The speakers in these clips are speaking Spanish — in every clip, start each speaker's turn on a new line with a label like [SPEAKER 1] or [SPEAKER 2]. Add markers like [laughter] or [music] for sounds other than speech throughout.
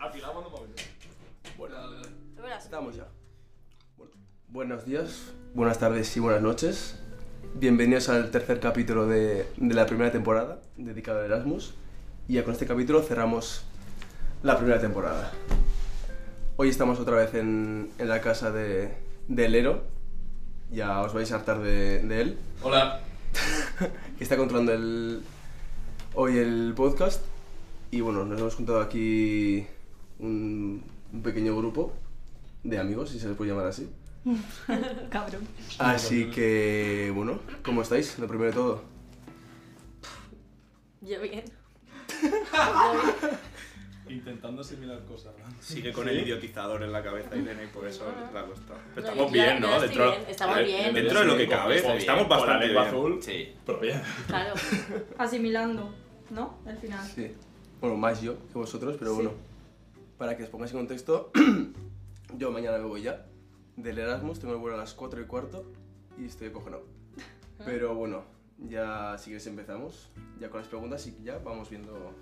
[SPEAKER 1] Afilado cuando para
[SPEAKER 2] Bueno,
[SPEAKER 3] Dale, dale.
[SPEAKER 2] [laughs]
[SPEAKER 4] Tú verás.
[SPEAKER 2] estamos ya. Bueno, buenos días, buenas tardes y buenas noches. Bienvenidos al tercer capítulo de, de la primera temporada dedicado al Erasmus. Y ya con este capítulo cerramos la primera temporada. Hoy estamos otra vez en, en la casa de, de Lero. Ya os vais a hartar de, de él.
[SPEAKER 3] Hola.
[SPEAKER 2] que está controlando el, hoy el podcast. Y bueno, nos hemos juntado aquí un, un pequeño grupo de amigos, si se les puede llamar así.
[SPEAKER 5] Cabrón.
[SPEAKER 2] Así que, bueno, ¿cómo estáis? Lo primero de todo.
[SPEAKER 4] Yo bien.
[SPEAKER 1] Intentando asimilar cosas.
[SPEAKER 6] Sigue con el idiotizador en la cabeza, Irene, y por eso le ha costado. Pero
[SPEAKER 4] No,
[SPEAKER 6] estamos
[SPEAKER 4] yo-
[SPEAKER 6] bien,
[SPEAKER 4] yo
[SPEAKER 6] ¿no?
[SPEAKER 4] estoy
[SPEAKER 6] Dentro,
[SPEAKER 4] bien, estamos
[SPEAKER 6] a ver,
[SPEAKER 4] bien.
[SPEAKER 6] dentro de lo que cabe,
[SPEAKER 1] Estamos bien,
[SPEAKER 6] estamos
[SPEAKER 1] con la
[SPEAKER 6] bastante
[SPEAKER 1] lengua
[SPEAKER 6] bien.
[SPEAKER 1] azul.
[SPEAKER 6] Sí.
[SPEAKER 1] [laughs] Pero bien.
[SPEAKER 4] Claro.
[SPEAKER 5] Asimilando, ¿no? Al final.
[SPEAKER 2] Sí. Bueno, más yo que vosotros, pero
[SPEAKER 5] Sí.
[SPEAKER 2] bueno. Para que os pongáis en contexto, [clears throat] yo mañana me voy ya del Erasmus, tengo el vuelo a las 4 y cuarto y estoy [laughs] acojonado. Pero bueno, ya si queréis empezamos, ya con las preguntas y ya vamos viendo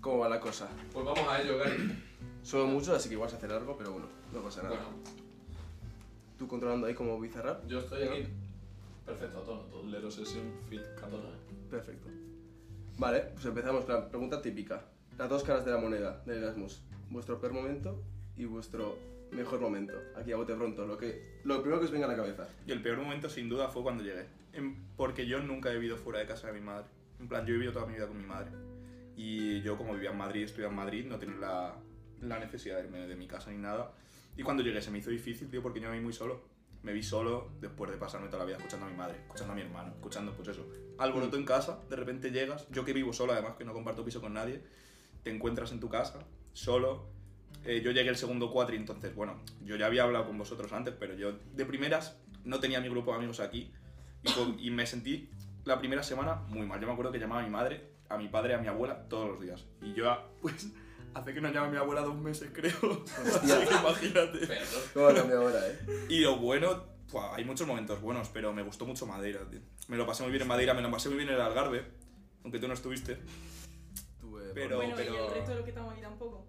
[SPEAKER 2] cómo va la cosa.
[SPEAKER 3] Pues vamos a ello, Gary.
[SPEAKER 2] Solo mucho, así que igual se hace largo, pero bueno, no pasa nada.
[SPEAKER 3] Bueno,
[SPEAKER 2] Tú controlando ahí como Bizarrap,
[SPEAKER 3] yo estoy aquí. Perfecto, a tono. todo. Lero sesión fit a tono, eh.
[SPEAKER 2] perfecto. Vale, pues empezamos con la pregunta típica. Las dos caras de la moneda del Erasmus. Vuestro peor momento y vuestro mejor momento. Aquí a bote pronto, lo, que, lo primero que os venga a la cabeza.
[SPEAKER 6] Y el peor momento, sin duda, fue cuando llegué. En- porque yo nunca he vivido fuera de casa de mi madre. En plan, yo he vivido toda mi vida con mi madre. Y yo, como vivía en Madrid, estudiaba en Madrid, no tenía la, la necesidad de irme de mi casa ni nada. Y cuando llegué se me hizo difícil, tío, porque yo me vi muy solo. Me vi solo después de pasarme toda la vida escuchando a mi madre, escuchando a mi hermano, escuchando, pues eso. Alboroto en casa, de repente llegas, yo que vivo solo además, que no comparto piso con nadie, te encuentras en tu casa, solo. Eh, yo llegué el segundo cuatri, entonces, bueno, yo ya había hablado con vosotros antes, pero yo de primeras no tenía mi grupo de amigos aquí y, fue- y me sentí la primera semana muy mal. Yo me acuerdo que llamaba a mi madre, a mi padre, a mi abuela todos los días. Y yo, ah, pues, hace que no llame a mi abuela dos meses, creo. [laughs] Así que imagínate.
[SPEAKER 3] Perro.
[SPEAKER 2] ¿Cómo ha cambiado ahora, eh?
[SPEAKER 6] Y lo bueno, pua, hay muchos momentos buenos, pero me gustó mucho Madeira, tío. Me lo pasé muy bien en Madeira, me lo pasé muy bien en el Algarve, aunque tú no estuviste.
[SPEAKER 2] Tuve-
[SPEAKER 6] Pero-
[SPEAKER 5] bueno, y
[SPEAKER 6] pero-
[SPEAKER 5] el resto de lo que estamos aquí tampoco.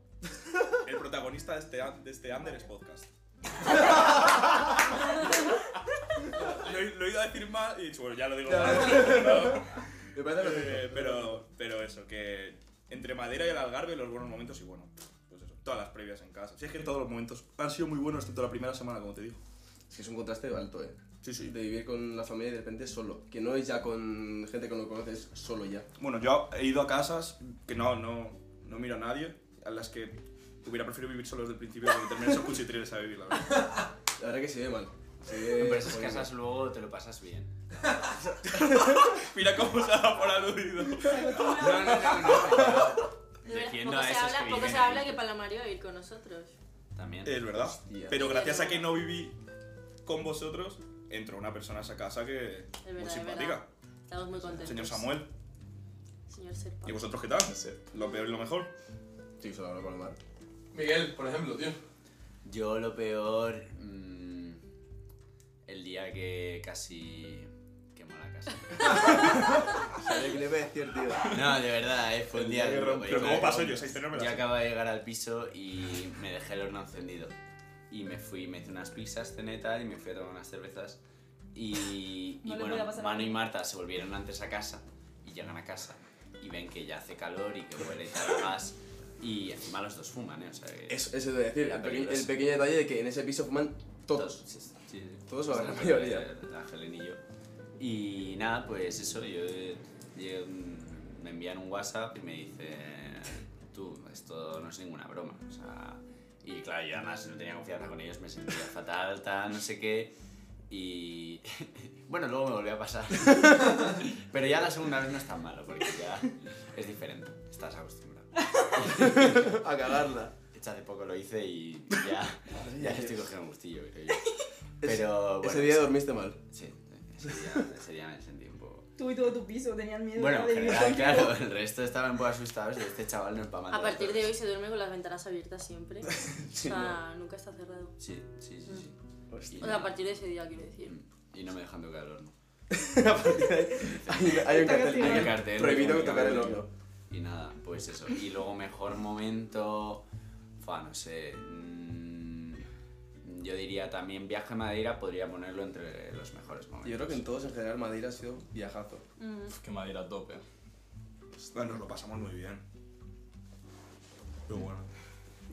[SPEAKER 6] El protagonista de este, a- de este Under es podcast. [laughs] lo, he- lo he ido a decir mal y he dicho, bueno, ya lo digo mal.
[SPEAKER 2] Me parece perfecto.
[SPEAKER 6] Eh, pero, pero eso, que entre Madera y el Algarve los buenos momentos y bueno, pues eso, todas las previas en casa. Si es que todos los momentos han sido muy buenos excepto la primera semana, como te digo.
[SPEAKER 2] Es que es un contraste alto, eh.
[SPEAKER 6] Sí, sí.
[SPEAKER 2] De vivir con la familia y de repente solo. Que no es ya con gente que no conoces, solo ya.
[SPEAKER 6] Bueno, yo he ido a casas que no, no, no miro a nadie, a las que hubiera preferido vivir solo desde el principio, pero terminé esos cuchitriles a vivir, la verdad.
[SPEAKER 2] La verdad que se ve mal. Se ve
[SPEAKER 7] Pero esas
[SPEAKER 2] jodido.
[SPEAKER 7] casas luego te lo pasas bien.
[SPEAKER 6] [laughs] Mira cómo se ha dado por aludido.
[SPEAKER 7] No, no, no, no.
[SPEAKER 4] De verdad,
[SPEAKER 7] Defiendo
[SPEAKER 4] Poco
[SPEAKER 7] a
[SPEAKER 4] se
[SPEAKER 7] esos
[SPEAKER 4] habla,
[SPEAKER 7] que
[SPEAKER 4] poco
[SPEAKER 7] viven
[SPEAKER 4] se
[SPEAKER 7] ahí.
[SPEAKER 4] habla que Palamario va a ir con nosotros.
[SPEAKER 7] También.
[SPEAKER 6] Es verdad.
[SPEAKER 2] Hostia.
[SPEAKER 6] Pero gracias a que no viví con vosotros, entró una persona a esa casa que
[SPEAKER 4] verdad,
[SPEAKER 6] muy
[SPEAKER 4] es
[SPEAKER 6] simpática.
[SPEAKER 4] Estamos muy contentos.
[SPEAKER 6] Señor Samuel.
[SPEAKER 4] Señor Serpa.
[SPEAKER 6] ¿Y vosotros qué tal? Lo peor y lo mejor.
[SPEAKER 2] Sí, solo hablo con el mar.
[SPEAKER 3] Miguel, por ejemplo, tío.
[SPEAKER 7] Yo lo peor. mm, el día que casi. quemó la casa.
[SPEAKER 2] Sabía que le iba a decir, tío.
[SPEAKER 7] No, de verdad, eh, fue un día.
[SPEAKER 2] día que
[SPEAKER 7] duro,
[SPEAKER 2] rompe-
[SPEAKER 7] güey.
[SPEAKER 6] Pero
[SPEAKER 7] Yo
[SPEAKER 6] ¿cómo
[SPEAKER 7] acabo-
[SPEAKER 6] paso yo? Esa historia me
[SPEAKER 7] Yo
[SPEAKER 6] la sé.
[SPEAKER 7] acababa de llegar al piso y me dejé el horno encendido. Y me fui, me hice unas pizzas, cené tal, y me fui a tomar unas cervezas.
[SPEAKER 5] [laughs]
[SPEAKER 7] Y,
[SPEAKER 5] No
[SPEAKER 7] y
[SPEAKER 5] le
[SPEAKER 7] bueno,
[SPEAKER 5] voy a pasar
[SPEAKER 7] Manu
[SPEAKER 5] nada.
[SPEAKER 7] y Marta se volvieron antes a casa y llegan a casa y ven que ya hace calor y que huele tal a gas. Y encima los dos fuman, ¿eh? O sea, que
[SPEAKER 2] Eso, eso de decir,
[SPEAKER 7] Era
[SPEAKER 2] el, peque-
[SPEAKER 7] peligroso.
[SPEAKER 2] el pequeño detalle de que en ese piso fuman todos.
[SPEAKER 7] Sí, sí, sí.
[SPEAKER 2] Todos o la
[SPEAKER 7] Sí,
[SPEAKER 2] mayoría.
[SPEAKER 7] la- la Helen y yo. Y nada, pues eso, yo, eh, yo, mm, me envían un WhatsApp y me dice, tú, esto no es ninguna broma. O sea, y claro, yo además no tenía confianza con ellos, me sentía fatal, tal, no sé qué. Y [laughs] bueno, luego me volvió a pasar. [laughs] Pero ya la segunda vez no es tan malo, porque ya es diferente, estás acostumbrado.
[SPEAKER 2] [laughs] A cagarla. este
[SPEAKER 7] Hecha de poco lo hice y ya, ya le estoy cogiendo un gustillo, creo yo.
[SPEAKER 2] Ese-
[SPEAKER 7] Pero bueno,
[SPEAKER 2] ese día dormiste mal. [laughs]
[SPEAKER 7] Sí, ese día, ese día me sentí un poco.
[SPEAKER 5] Tú y todo tu piso tenían miedo
[SPEAKER 7] Bueno,
[SPEAKER 5] ¿no?
[SPEAKER 7] en
[SPEAKER 5] de vivir
[SPEAKER 7] general,
[SPEAKER 5] contigo.
[SPEAKER 7] claro, el resto estaban un poco asustados y este chaval no es para
[SPEAKER 4] A partir de hoy se duerme con las ventanas abiertas
[SPEAKER 7] [laughs]
[SPEAKER 4] siempre.
[SPEAKER 2] Sí,
[SPEAKER 4] o sea, nunca está cerrado.
[SPEAKER 7] Sí, sí, sí. sí.
[SPEAKER 2] Hostia. [laughs]
[SPEAKER 4] O sea, a partir de ese día, quiero decir.
[SPEAKER 7] Y no me dejan tocar el horno.
[SPEAKER 2] Hay, hay un
[SPEAKER 5] Está
[SPEAKER 2] cartel.
[SPEAKER 5] castigado.
[SPEAKER 7] Hay un cartel.
[SPEAKER 2] Prohibido
[SPEAKER 7] que
[SPEAKER 2] tocar el horno.
[SPEAKER 7] Y nada, pues eso. Y luego, mejor momento. Fa, no sé. mm, Yo diría también viaje a Madeira podría ponerlo entre los mejores momentos.
[SPEAKER 2] Yo creo que en todos, en general, Madeira ha sido viajazo.
[SPEAKER 4] Mm.
[SPEAKER 3] Que madera a tope.
[SPEAKER 6] Bueno, nos lo pasamos muy bien. Pero bueno.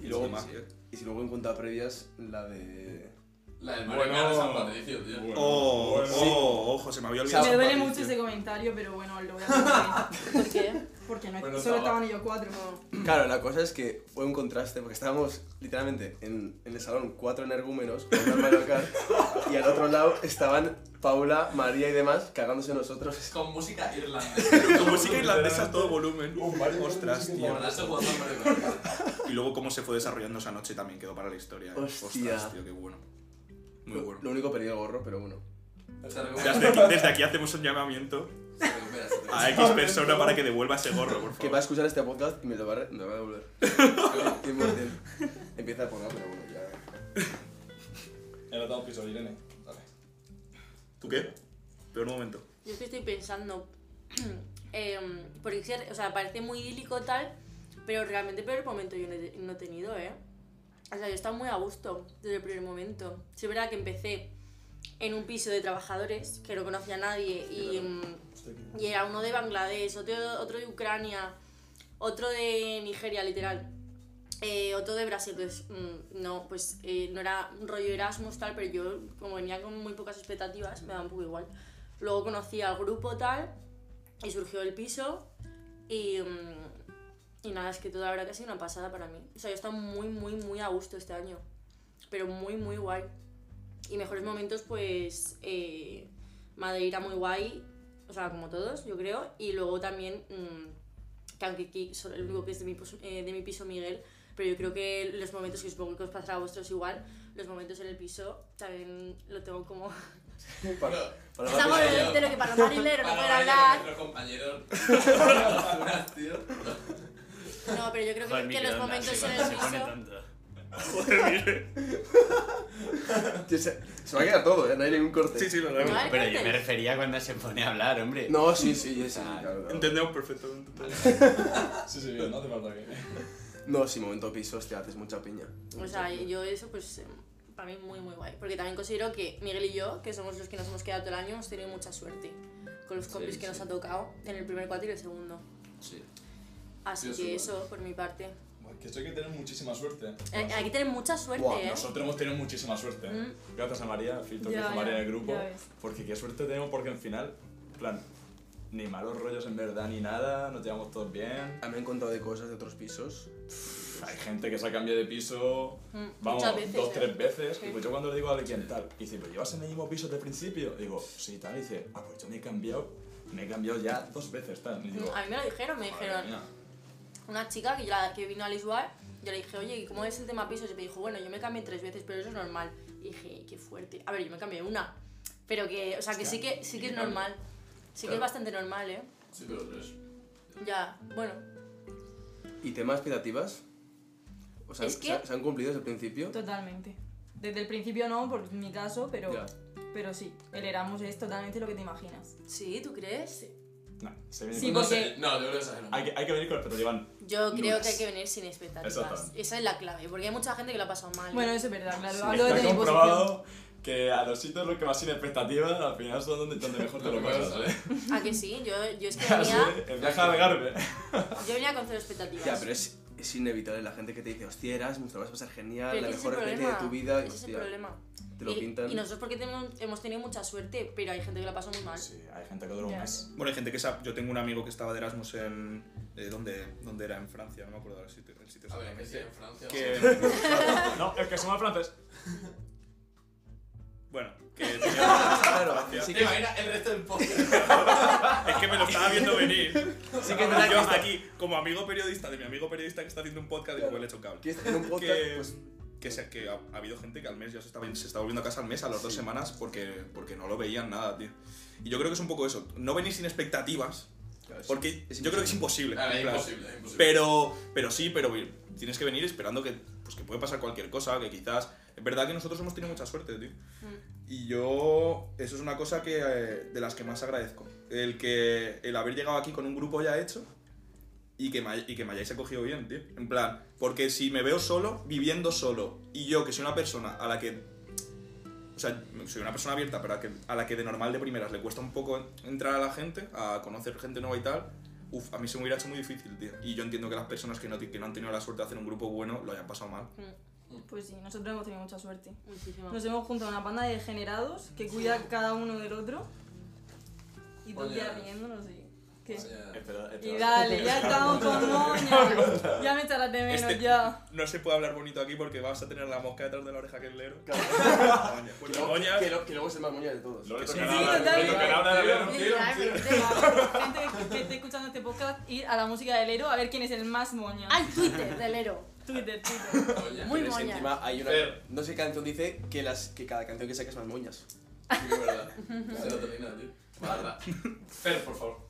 [SPEAKER 2] Y luego
[SPEAKER 6] más.
[SPEAKER 7] sí.
[SPEAKER 2] Y si luego en cuenta previas, la de...
[SPEAKER 3] La del
[SPEAKER 6] Bueno.
[SPEAKER 3] Maracana de San Patricio, tío.
[SPEAKER 6] Oh,
[SPEAKER 1] Bueno.
[SPEAKER 6] oh, ojo, se me había olvidado.
[SPEAKER 5] [laughs] Me duele
[SPEAKER 6] San
[SPEAKER 5] mucho
[SPEAKER 6] Patricio.
[SPEAKER 5] ese comentario, pero bueno, lo voy a
[SPEAKER 4] [laughs]
[SPEAKER 5] hacer.
[SPEAKER 4] ¿Por qué?
[SPEAKER 5] Porque no,
[SPEAKER 3] Bueno,
[SPEAKER 5] solo
[SPEAKER 3] estaba.
[SPEAKER 5] estaban ellos cuatro.
[SPEAKER 2] [clears throat] Claro, la cosa es que fue un contraste, porque estábamos literalmente en, en el salón cuatro energúmenos con una mano [laughs] acá, y al otro lado estaban Paula, María y demás cagándose en nosotros.
[SPEAKER 3] Con música
[SPEAKER 1] [laughs]
[SPEAKER 3] irlandesa.
[SPEAKER 6] Con música irlandesa a todo volumen. Ostras,
[SPEAKER 3] Como
[SPEAKER 6] tío.
[SPEAKER 3] la estoy jugando al Mario Kart.
[SPEAKER 6] Y luego cómo se fue desarrollando esa noche también quedó para la historia. eh.
[SPEAKER 2] Hostia.
[SPEAKER 6] Ostras, tío, qué bueno. Muy
[SPEAKER 2] Lo- Lo
[SPEAKER 6] bueno.
[SPEAKER 2] único perdí el gorro, pero bueno.
[SPEAKER 3] Se recupera,
[SPEAKER 6] Desde aquí, desde aquí hacemos un llamamiento
[SPEAKER 3] se recupera, se recupera.
[SPEAKER 6] a X persona para que devuelva ese gorro, por
[SPEAKER 2] Que va a
[SPEAKER 6] favor.
[SPEAKER 2] escuchar este podcast y me lo va a, re- me lo va a
[SPEAKER 6] [laughs]
[SPEAKER 2] devolver. Qué mortel. Empieza a poner, pero bueno, ya.
[SPEAKER 1] He notado un piso, Irene. Dale.
[SPEAKER 6] ¿Tú qué? Pero un momento.
[SPEAKER 4] Yo es que estoy pensando. [clears throat] em, porque, ser- o sea, parece muy idílico tal, pero realmente el peor momento yo no he, no he tenido, ¿eh? O sea, yo he estado muy a gusto desde el primer momento. Sí, es verdad que empecé en un piso de trabajadores que no conocía a nadie y, em,
[SPEAKER 1] Estoy aquí.
[SPEAKER 4] y era uno de Bangladesh, otro, otro de Ucrania, otro de Nigeria, literal. eh, otro de Brasil, entonces mm, no, pues eh, no era un rollo Erasmus tal, pero yo como venía con muy pocas expectativas, me da un poco igual. Luego conocí al grupo tal y surgió el piso y, mm, y nada, es que todo la verdad que ha sido una pasada para mí. O sea, yo he estado muy, muy, muy a gusto este año, pero muy, muy guay. Y mejores momentos pues eh, Madeira muy guay, o sea, como todos, yo creo. Y luego también, mm, que aunque aquí solo el único que es de mi, pos- eh, de mi piso Miguel, pero yo creo que los momentos que supongo que os pasará a vosotros igual, los momentos en el piso también lo tengo como...
[SPEAKER 2] Para, para la próxima.
[SPEAKER 4] Estamos en el- de lo que para Marilero no
[SPEAKER 3] Para
[SPEAKER 4] pueden
[SPEAKER 3] Mario,
[SPEAKER 4] hablar.
[SPEAKER 1] [laughs]
[SPEAKER 3] nuestro compañero. Locuras, tío.
[SPEAKER 4] No, pero yo creo que, que los momentos en el piso.
[SPEAKER 2] Tío, se, se va a quedar todo, ¿eh? no hay ningún corte.
[SPEAKER 6] Sí, sí, lo
[SPEAKER 4] No,
[SPEAKER 6] vemos.
[SPEAKER 4] hay
[SPEAKER 7] Pero yo me
[SPEAKER 4] cortes.
[SPEAKER 7] refería cuando se pone a hablar, hombre.
[SPEAKER 2] No, sí, sí, sí, sí,
[SPEAKER 7] Ah,
[SPEAKER 2] claro, claro.
[SPEAKER 6] Entendemos perfectamente todo.
[SPEAKER 2] [laughs]
[SPEAKER 1] Sí, sí, bien, no hace falta que.
[SPEAKER 2] No, sí, momento piso, hostia, haces mucha piña.
[SPEAKER 4] O sea, yo eso pues eh, para mí muy muy guay. Porque también considero que Miguel y yo, que somos los que nos hemos quedado todo el año, hemos tenido mucha suerte con los compis
[SPEAKER 7] Sí,
[SPEAKER 4] que nos
[SPEAKER 7] sí.
[SPEAKER 4] ha tocado en el primer cuatro y el segundo.
[SPEAKER 7] Sí.
[SPEAKER 4] Así
[SPEAKER 3] Yo
[SPEAKER 4] que
[SPEAKER 3] sí,
[SPEAKER 4] eso, por mi parte.
[SPEAKER 1] Buah, Que eso hay que tener muchísima suerte.
[SPEAKER 4] Eh, hay que tener mucha suerte,
[SPEAKER 2] Buah,
[SPEAKER 4] ¿eh?
[SPEAKER 1] Nosotros hemos tenido muchísima suerte.
[SPEAKER 4] Mm.
[SPEAKER 1] Gracias a María, al filtro
[SPEAKER 5] Ya,
[SPEAKER 1] que hizo María
[SPEAKER 5] ya,
[SPEAKER 1] en el grupo.
[SPEAKER 5] ya ves.
[SPEAKER 1] Porque qué suerte tenemos, porque en final, en plan, ni malos rollos en verdad ni nada, nos llevamos todos bien.
[SPEAKER 2] Ah, Me han contado de cosas de otros pisos.
[SPEAKER 1] Hay gente que se ha cambiado de piso,
[SPEAKER 4] Mm,
[SPEAKER 1] vamos,
[SPEAKER 4] muchas veces,
[SPEAKER 1] dos,
[SPEAKER 4] ¿eh?
[SPEAKER 1] tres veces.
[SPEAKER 4] Sí.
[SPEAKER 1] Y pues yo cuando le digo a alguien tal, y dice, pero llevas en el mismo piso desde el principio. Digo, sí, tal. Y dice, ah, pues yo me he cambiado, me he cambiado ya dos veces, tal. Y digo,
[SPEAKER 4] Mm, A mí me lo dijeron, me
[SPEAKER 1] "Madre
[SPEAKER 4] dijeron,
[SPEAKER 1] mía".
[SPEAKER 4] una chica que, yo la- que vino a Lisboa, yo le dije, oye, ¿y cómo es el tema pisos? Y me dijo, bueno, yo me cambié tres veces, pero eso es normal. Y dije, "Ay, qué fuerte. A ver, yo me cambié una. Pero que, o sea, que sí que, sí que es
[SPEAKER 1] Claro.
[SPEAKER 4] normal. Sí que es bastante normal, ¿eh?
[SPEAKER 3] Sí, pero tres.
[SPEAKER 4] Ya, bueno,
[SPEAKER 2] ¿Y temas expectativas? O sea,
[SPEAKER 4] Es
[SPEAKER 2] ¿se-
[SPEAKER 4] que-
[SPEAKER 2] ¿se, han cumplido desde el principio?
[SPEAKER 5] Totalmente. Desde el principio no, por mi caso, pero,
[SPEAKER 2] Ya.
[SPEAKER 5] pero sí. El Erasmus es totalmente lo que te imaginas.
[SPEAKER 4] sí, ¿tú crees?
[SPEAKER 1] Nah, se viene
[SPEAKER 5] Sí,
[SPEAKER 1] con-
[SPEAKER 3] No
[SPEAKER 5] porque-
[SPEAKER 3] sé, no, yo creo que exageramos.
[SPEAKER 1] hay, que, hay que venir con el Iván.
[SPEAKER 4] Yo creo
[SPEAKER 1] Nulas.
[SPEAKER 4] que hay que venir sin expectativas.
[SPEAKER 1] Exactamente.
[SPEAKER 4] Esa es la clave, porque hay mucha gente que lo ha pasado mal.
[SPEAKER 5] Bueno, eso es verdad, claro. Hablo
[SPEAKER 1] Está
[SPEAKER 5] de mi posición.
[SPEAKER 1] comprobado que a los sitios los que más sin expectativas al final son donde, donde mejor te lo pasas, ¿eh?
[SPEAKER 4] [laughs] ¿A que sí? Yo, yo
[SPEAKER 2] [laughs]
[SPEAKER 4] es que
[SPEAKER 1] Así,
[SPEAKER 4] venía,
[SPEAKER 1] el viaje al Algarve.
[SPEAKER 4] yo venía con cero expectativas.
[SPEAKER 2] Ya, pero es, es inevitable la gente que te dice, hostia, Erasmus, te lo vas a pasar genial,
[SPEAKER 4] Pero
[SPEAKER 2] la
[SPEAKER 4] que ese es el
[SPEAKER 2] mejor experiencia de
[SPEAKER 4] problema,
[SPEAKER 2] tu vida, y
[SPEAKER 4] ese es el
[SPEAKER 2] hostia,
[SPEAKER 4] problema.
[SPEAKER 2] te lo
[SPEAKER 4] y,
[SPEAKER 2] pintan.
[SPEAKER 4] y nosotros porque tenemos- hemos tenido mucha suerte, pero hay gente que la pasó muy mal.
[SPEAKER 1] Sí, hay gente que dura un
[SPEAKER 5] Ya.
[SPEAKER 1] mes.
[SPEAKER 6] Bueno, hay gente que sabe. Yo tengo un amigo que estaba de Erasmus en. eh, ¿dónde, ¿Dónde era? En Francia, no me acuerdo del sitio. El sitio
[SPEAKER 3] A ver, que
[SPEAKER 6] exactamente.
[SPEAKER 3] sí, en Francia.
[SPEAKER 1] [laughs]
[SPEAKER 6] que
[SPEAKER 1] No, el que se llama francés.
[SPEAKER 6] bueno
[SPEAKER 2] [laughs]
[SPEAKER 6] que tenía-
[SPEAKER 2] Claro, sí
[SPEAKER 3] [laughs] Te
[SPEAKER 2] que,
[SPEAKER 3] imaginas el resto del podcast.
[SPEAKER 6] es que me lo estaba viendo venir
[SPEAKER 2] sí que es verdad
[SPEAKER 6] yo
[SPEAKER 2] que,
[SPEAKER 6] hasta aquí como amigo periodista de mi amigo periodista que está haciendo un podcast digo que le he hecho un cable
[SPEAKER 2] que en un podcast,
[SPEAKER 6] que,
[SPEAKER 2] pues,
[SPEAKER 6] que, se- que ha, ha habido gente que al mes ya se está, vi- se está volviendo a casa al mes a las dos semanas porque, porque no lo veían nada tío y yo creo que es un poco eso no venir sin expectativas
[SPEAKER 2] claro, es-
[SPEAKER 6] porque
[SPEAKER 2] es
[SPEAKER 6] yo creo que es imposible
[SPEAKER 3] A ver,
[SPEAKER 6] en plan,
[SPEAKER 3] imposible, imposible.
[SPEAKER 6] Pero, pero sí, pero tienes que venir esperando que, pues, que puede pasar cualquier cosa, que quizás... Es verdad que nosotros hemos tenido mucha suerte, tío. Y yo, eso es una cosa que, eh, de las que más agradezco. El que el haber llegado aquí con un grupo ya hecho y que, me, hay- y que me hayáis acogido bien, tío. En plan, porque si me veo solo, viviendo solo, y yo que soy una persona a la que... O sea, soy una persona abierta, pero a, que- a la que de normal de primeras le cuesta un poco entrar a la gente, a conocer gente nueva y tal. Uf, a mí se me hubiera hecho muy difícil, tío. Y yo entiendo que las personas que no, ti- que no han tenido la suerte de hacer un grupo bueno lo hayan pasado mal.
[SPEAKER 4] Mm.
[SPEAKER 5] Pues sí, nosotros hemos tenido mucha suerte.
[SPEAKER 4] Muchísimo.
[SPEAKER 5] Nos hemos juntado una banda de degenerados que cuida cada uno del otro. Y tú
[SPEAKER 3] Oye.
[SPEAKER 5] ya riéndonos y... ¿Qué?
[SPEAKER 1] Espera,
[SPEAKER 5] Y
[SPEAKER 1] espera.
[SPEAKER 5] dale, ya estamos
[SPEAKER 1] [laughs]
[SPEAKER 5] con moña. Ya me echarás de menos,
[SPEAKER 6] Este-
[SPEAKER 5] ya.
[SPEAKER 6] No se puede hablar bonito aquí porque vas a tener la mosca detrás de la oreja que es lero. [laughs] Coño, pues
[SPEAKER 2] Que luego-
[SPEAKER 6] coñas.
[SPEAKER 2] que, lo- que luego es el más moña de todos.
[SPEAKER 3] Luego le
[SPEAKER 1] Sí,
[SPEAKER 3] tocará
[SPEAKER 5] sí,
[SPEAKER 3] hablar-
[SPEAKER 5] total.
[SPEAKER 3] le tocará hablar a León, tío.
[SPEAKER 4] Literalmente.
[SPEAKER 1] [laughs]
[SPEAKER 5] Gente que esté escuchando este podcast, ir a la música del héroe a ver quién es el más moña.
[SPEAKER 4] Al Twitter del Ero.
[SPEAKER 1] [laughs]
[SPEAKER 5] Twitter, Twitter.
[SPEAKER 4] Muy
[SPEAKER 2] Pero es que
[SPEAKER 4] moña.
[SPEAKER 2] encima hay una.
[SPEAKER 3] Fer.
[SPEAKER 2] No sé qué canción dice que, las, que cada canción que saques más
[SPEAKER 4] [laughs]
[SPEAKER 2] moñas.
[SPEAKER 3] Sí, es verdad. Serotonina, tío. Barra. Fer, por favor.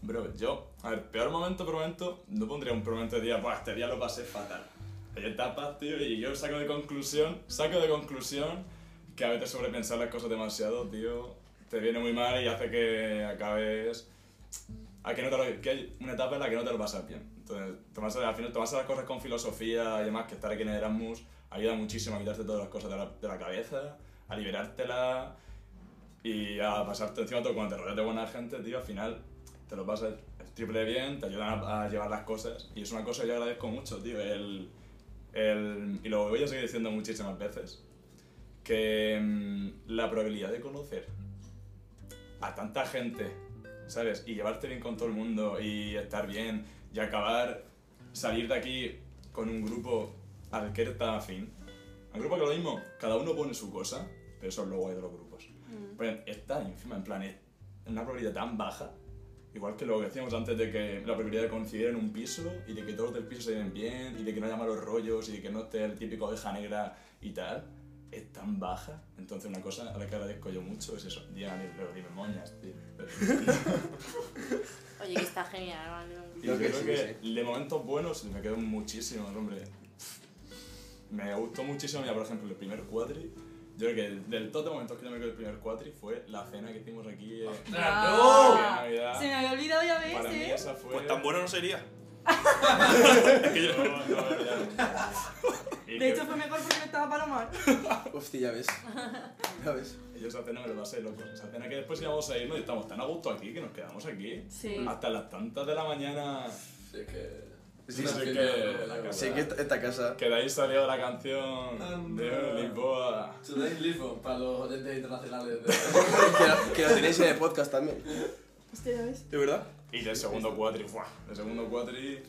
[SPEAKER 1] Bro, yo, a ver, peor momento por momento, no pondría un momento de día, buah, este día lo pasé fatal. Hay etapas, tío, y yo saco de conclusión, saco de conclusión que a veces sobrepensar las cosas demasiado, tío, te viene muy mal y hace que acabes. A que, no te lo- que hay una etapa en la que no te lo pasas bien. Entonces, tomarse, al final, tomarse las cosas con filosofía y demás, que estar aquí en Erasmus ayuda muchísimo a quitarte todas las cosas de la, de la cabeza, a liberártela y a pasarte encima todo cuando te rodeas de buena gente, tío, al final te lo pasas el triple bien, te ayudan a, a llevar las cosas y es una cosa que yo agradezco mucho, tío, el, el- y lo voy a seguir diciendo muchísimas veces, que mm, la probabilidad de conocer a tanta gente, ¿sabes? Y llevarte bien con todo el mundo y estar bien y acabar, salir de aquí con un grupo al que eres tan afín. Un grupo que lo mismo, cada uno pone su cosa, pero eso es lo guay de los grupos. Pero está encima, en plan, es una probabilidad tan baja, igual que lo que decíamos antes de que la probabilidad de coincidir en un piso y de que todos del piso se lleven bien y de que no haya malos rollos y de que no esté el típico oveja negra y tal, es tan baja. Entonces una cosa a la que agradezco yo mucho es eso. Diana, pero dime moñas, tío.
[SPEAKER 2] [laughs]
[SPEAKER 4] Oye, que está genial,
[SPEAKER 1] Y
[SPEAKER 4] ¿vale?
[SPEAKER 1] yo
[SPEAKER 2] Creo que
[SPEAKER 1] creo
[SPEAKER 2] sí,
[SPEAKER 1] que de momentos buenos me quedan muchísimos, hombre. Me gustó muchísimo, mira, por ejemplo, el primer cuadri. Yo creo que el- del top de momentos que yo me quedo del primer cuadri fue la cena que hicimos aquí. eh,
[SPEAKER 5] Ah,
[SPEAKER 1] de Navidad.
[SPEAKER 5] Se me había olvidado ya
[SPEAKER 1] Para mí
[SPEAKER 5] ves, eh.
[SPEAKER 1] esa fue...
[SPEAKER 6] Pues tan bueno no sería.
[SPEAKER 1] No, no, ya. Y
[SPEAKER 5] De
[SPEAKER 1] que
[SPEAKER 5] hecho fue mejor porque no estaba Palomar.
[SPEAKER 2] Hostia, ya ves. Ya ves.
[SPEAKER 1] Yo esa cena me lo pasé loco. Esa cena que después íbamos a irnos y estamos tan a gusto aquí que nos quedamos aquí.
[SPEAKER 5] Sí.
[SPEAKER 1] Hasta las tantas de la mañana.
[SPEAKER 3] Sí, es que.
[SPEAKER 2] Sí,
[SPEAKER 3] Una
[SPEAKER 1] sí,
[SPEAKER 3] fiesta,
[SPEAKER 1] que-
[SPEAKER 3] ¿no? La
[SPEAKER 2] Sé que
[SPEAKER 3] cosa.
[SPEAKER 2] esta, esta casa.
[SPEAKER 1] Que de ahí salió la canción
[SPEAKER 3] Anda.
[SPEAKER 1] de Lisboa.
[SPEAKER 3] Today's Lisbon, para los oyentes internacionales. De... [laughs]
[SPEAKER 2] Que, la- que la tenéis en el podcast también.
[SPEAKER 5] Hostia, ya ves.
[SPEAKER 6] ¿De verdad?
[SPEAKER 1] Y del segundo cuadri, ¡buah! Del segundo cuadri.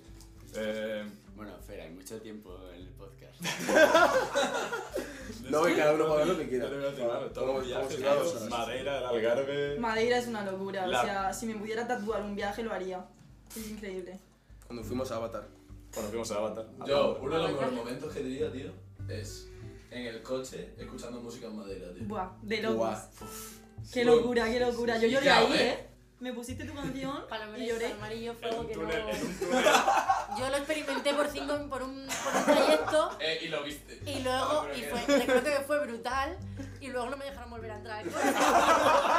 [SPEAKER 1] Eh,
[SPEAKER 7] Bueno, Fer, hay mucho tiempo en el podcast.
[SPEAKER 2] No, que cada uno puede hablar lo que quiera.
[SPEAKER 1] Yo le voy a decir, claro, todos los
[SPEAKER 2] Como- como si
[SPEAKER 1] viajes,
[SPEAKER 2] nada,
[SPEAKER 1] claro,
[SPEAKER 2] o sea,
[SPEAKER 1] Madeira, el Algarve.
[SPEAKER 5] Madeira es una locura.
[SPEAKER 1] La-
[SPEAKER 5] O sea, si me pudiera tatuar un viaje lo haría. Es increíble.
[SPEAKER 2] Cuando fuimos a Avatar.
[SPEAKER 1] Cuando fuimos a Avatar.
[SPEAKER 3] Yo, uno de los mejores momentos que diría, tío, es en el coche escuchando música en madera, tío.
[SPEAKER 5] Buah, de
[SPEAKER 2] Guau.
[SPEAKER 5] locos. Qué
[SPEAKER 3] Sí,
[SPEAKER 5] locura, qué locura. Yo
[SPEAKER 3] sí.
[SPEAKER 5] lloré
[SPEAKER 3] Claro,
[SPEAKER 5] ahí,
[SPEAKER 3] ¿eh?
[SPEAKER 5] ¿eh? Me pusiste tu
[SPEAKER 4] [laughs]
[SPEAKER 5] canción
[SPEAKER 4] Palomar
[SPEAKER 5] y
[SPEAKER 4] y
[SPEAKER 5] lloré.
[SPEAKER 4] Palomar y yo
[SPEAKER 1] En
[SPEAKER 4] fuego
[SPEAKER 1] un
[SPEAKER 4] que no...
[SPEAKER 1] túnel, en un túnel.
[SPEAKER 4] Yo lo experimenté por, cinco, por, un, por un trayecto
[SPEAKER 3] Eh, y lo viste.
[SPEAKER 4] y luego, y fue, recuerdo que fue brutal y luego no me dejaron volver a entrar. o [laughs]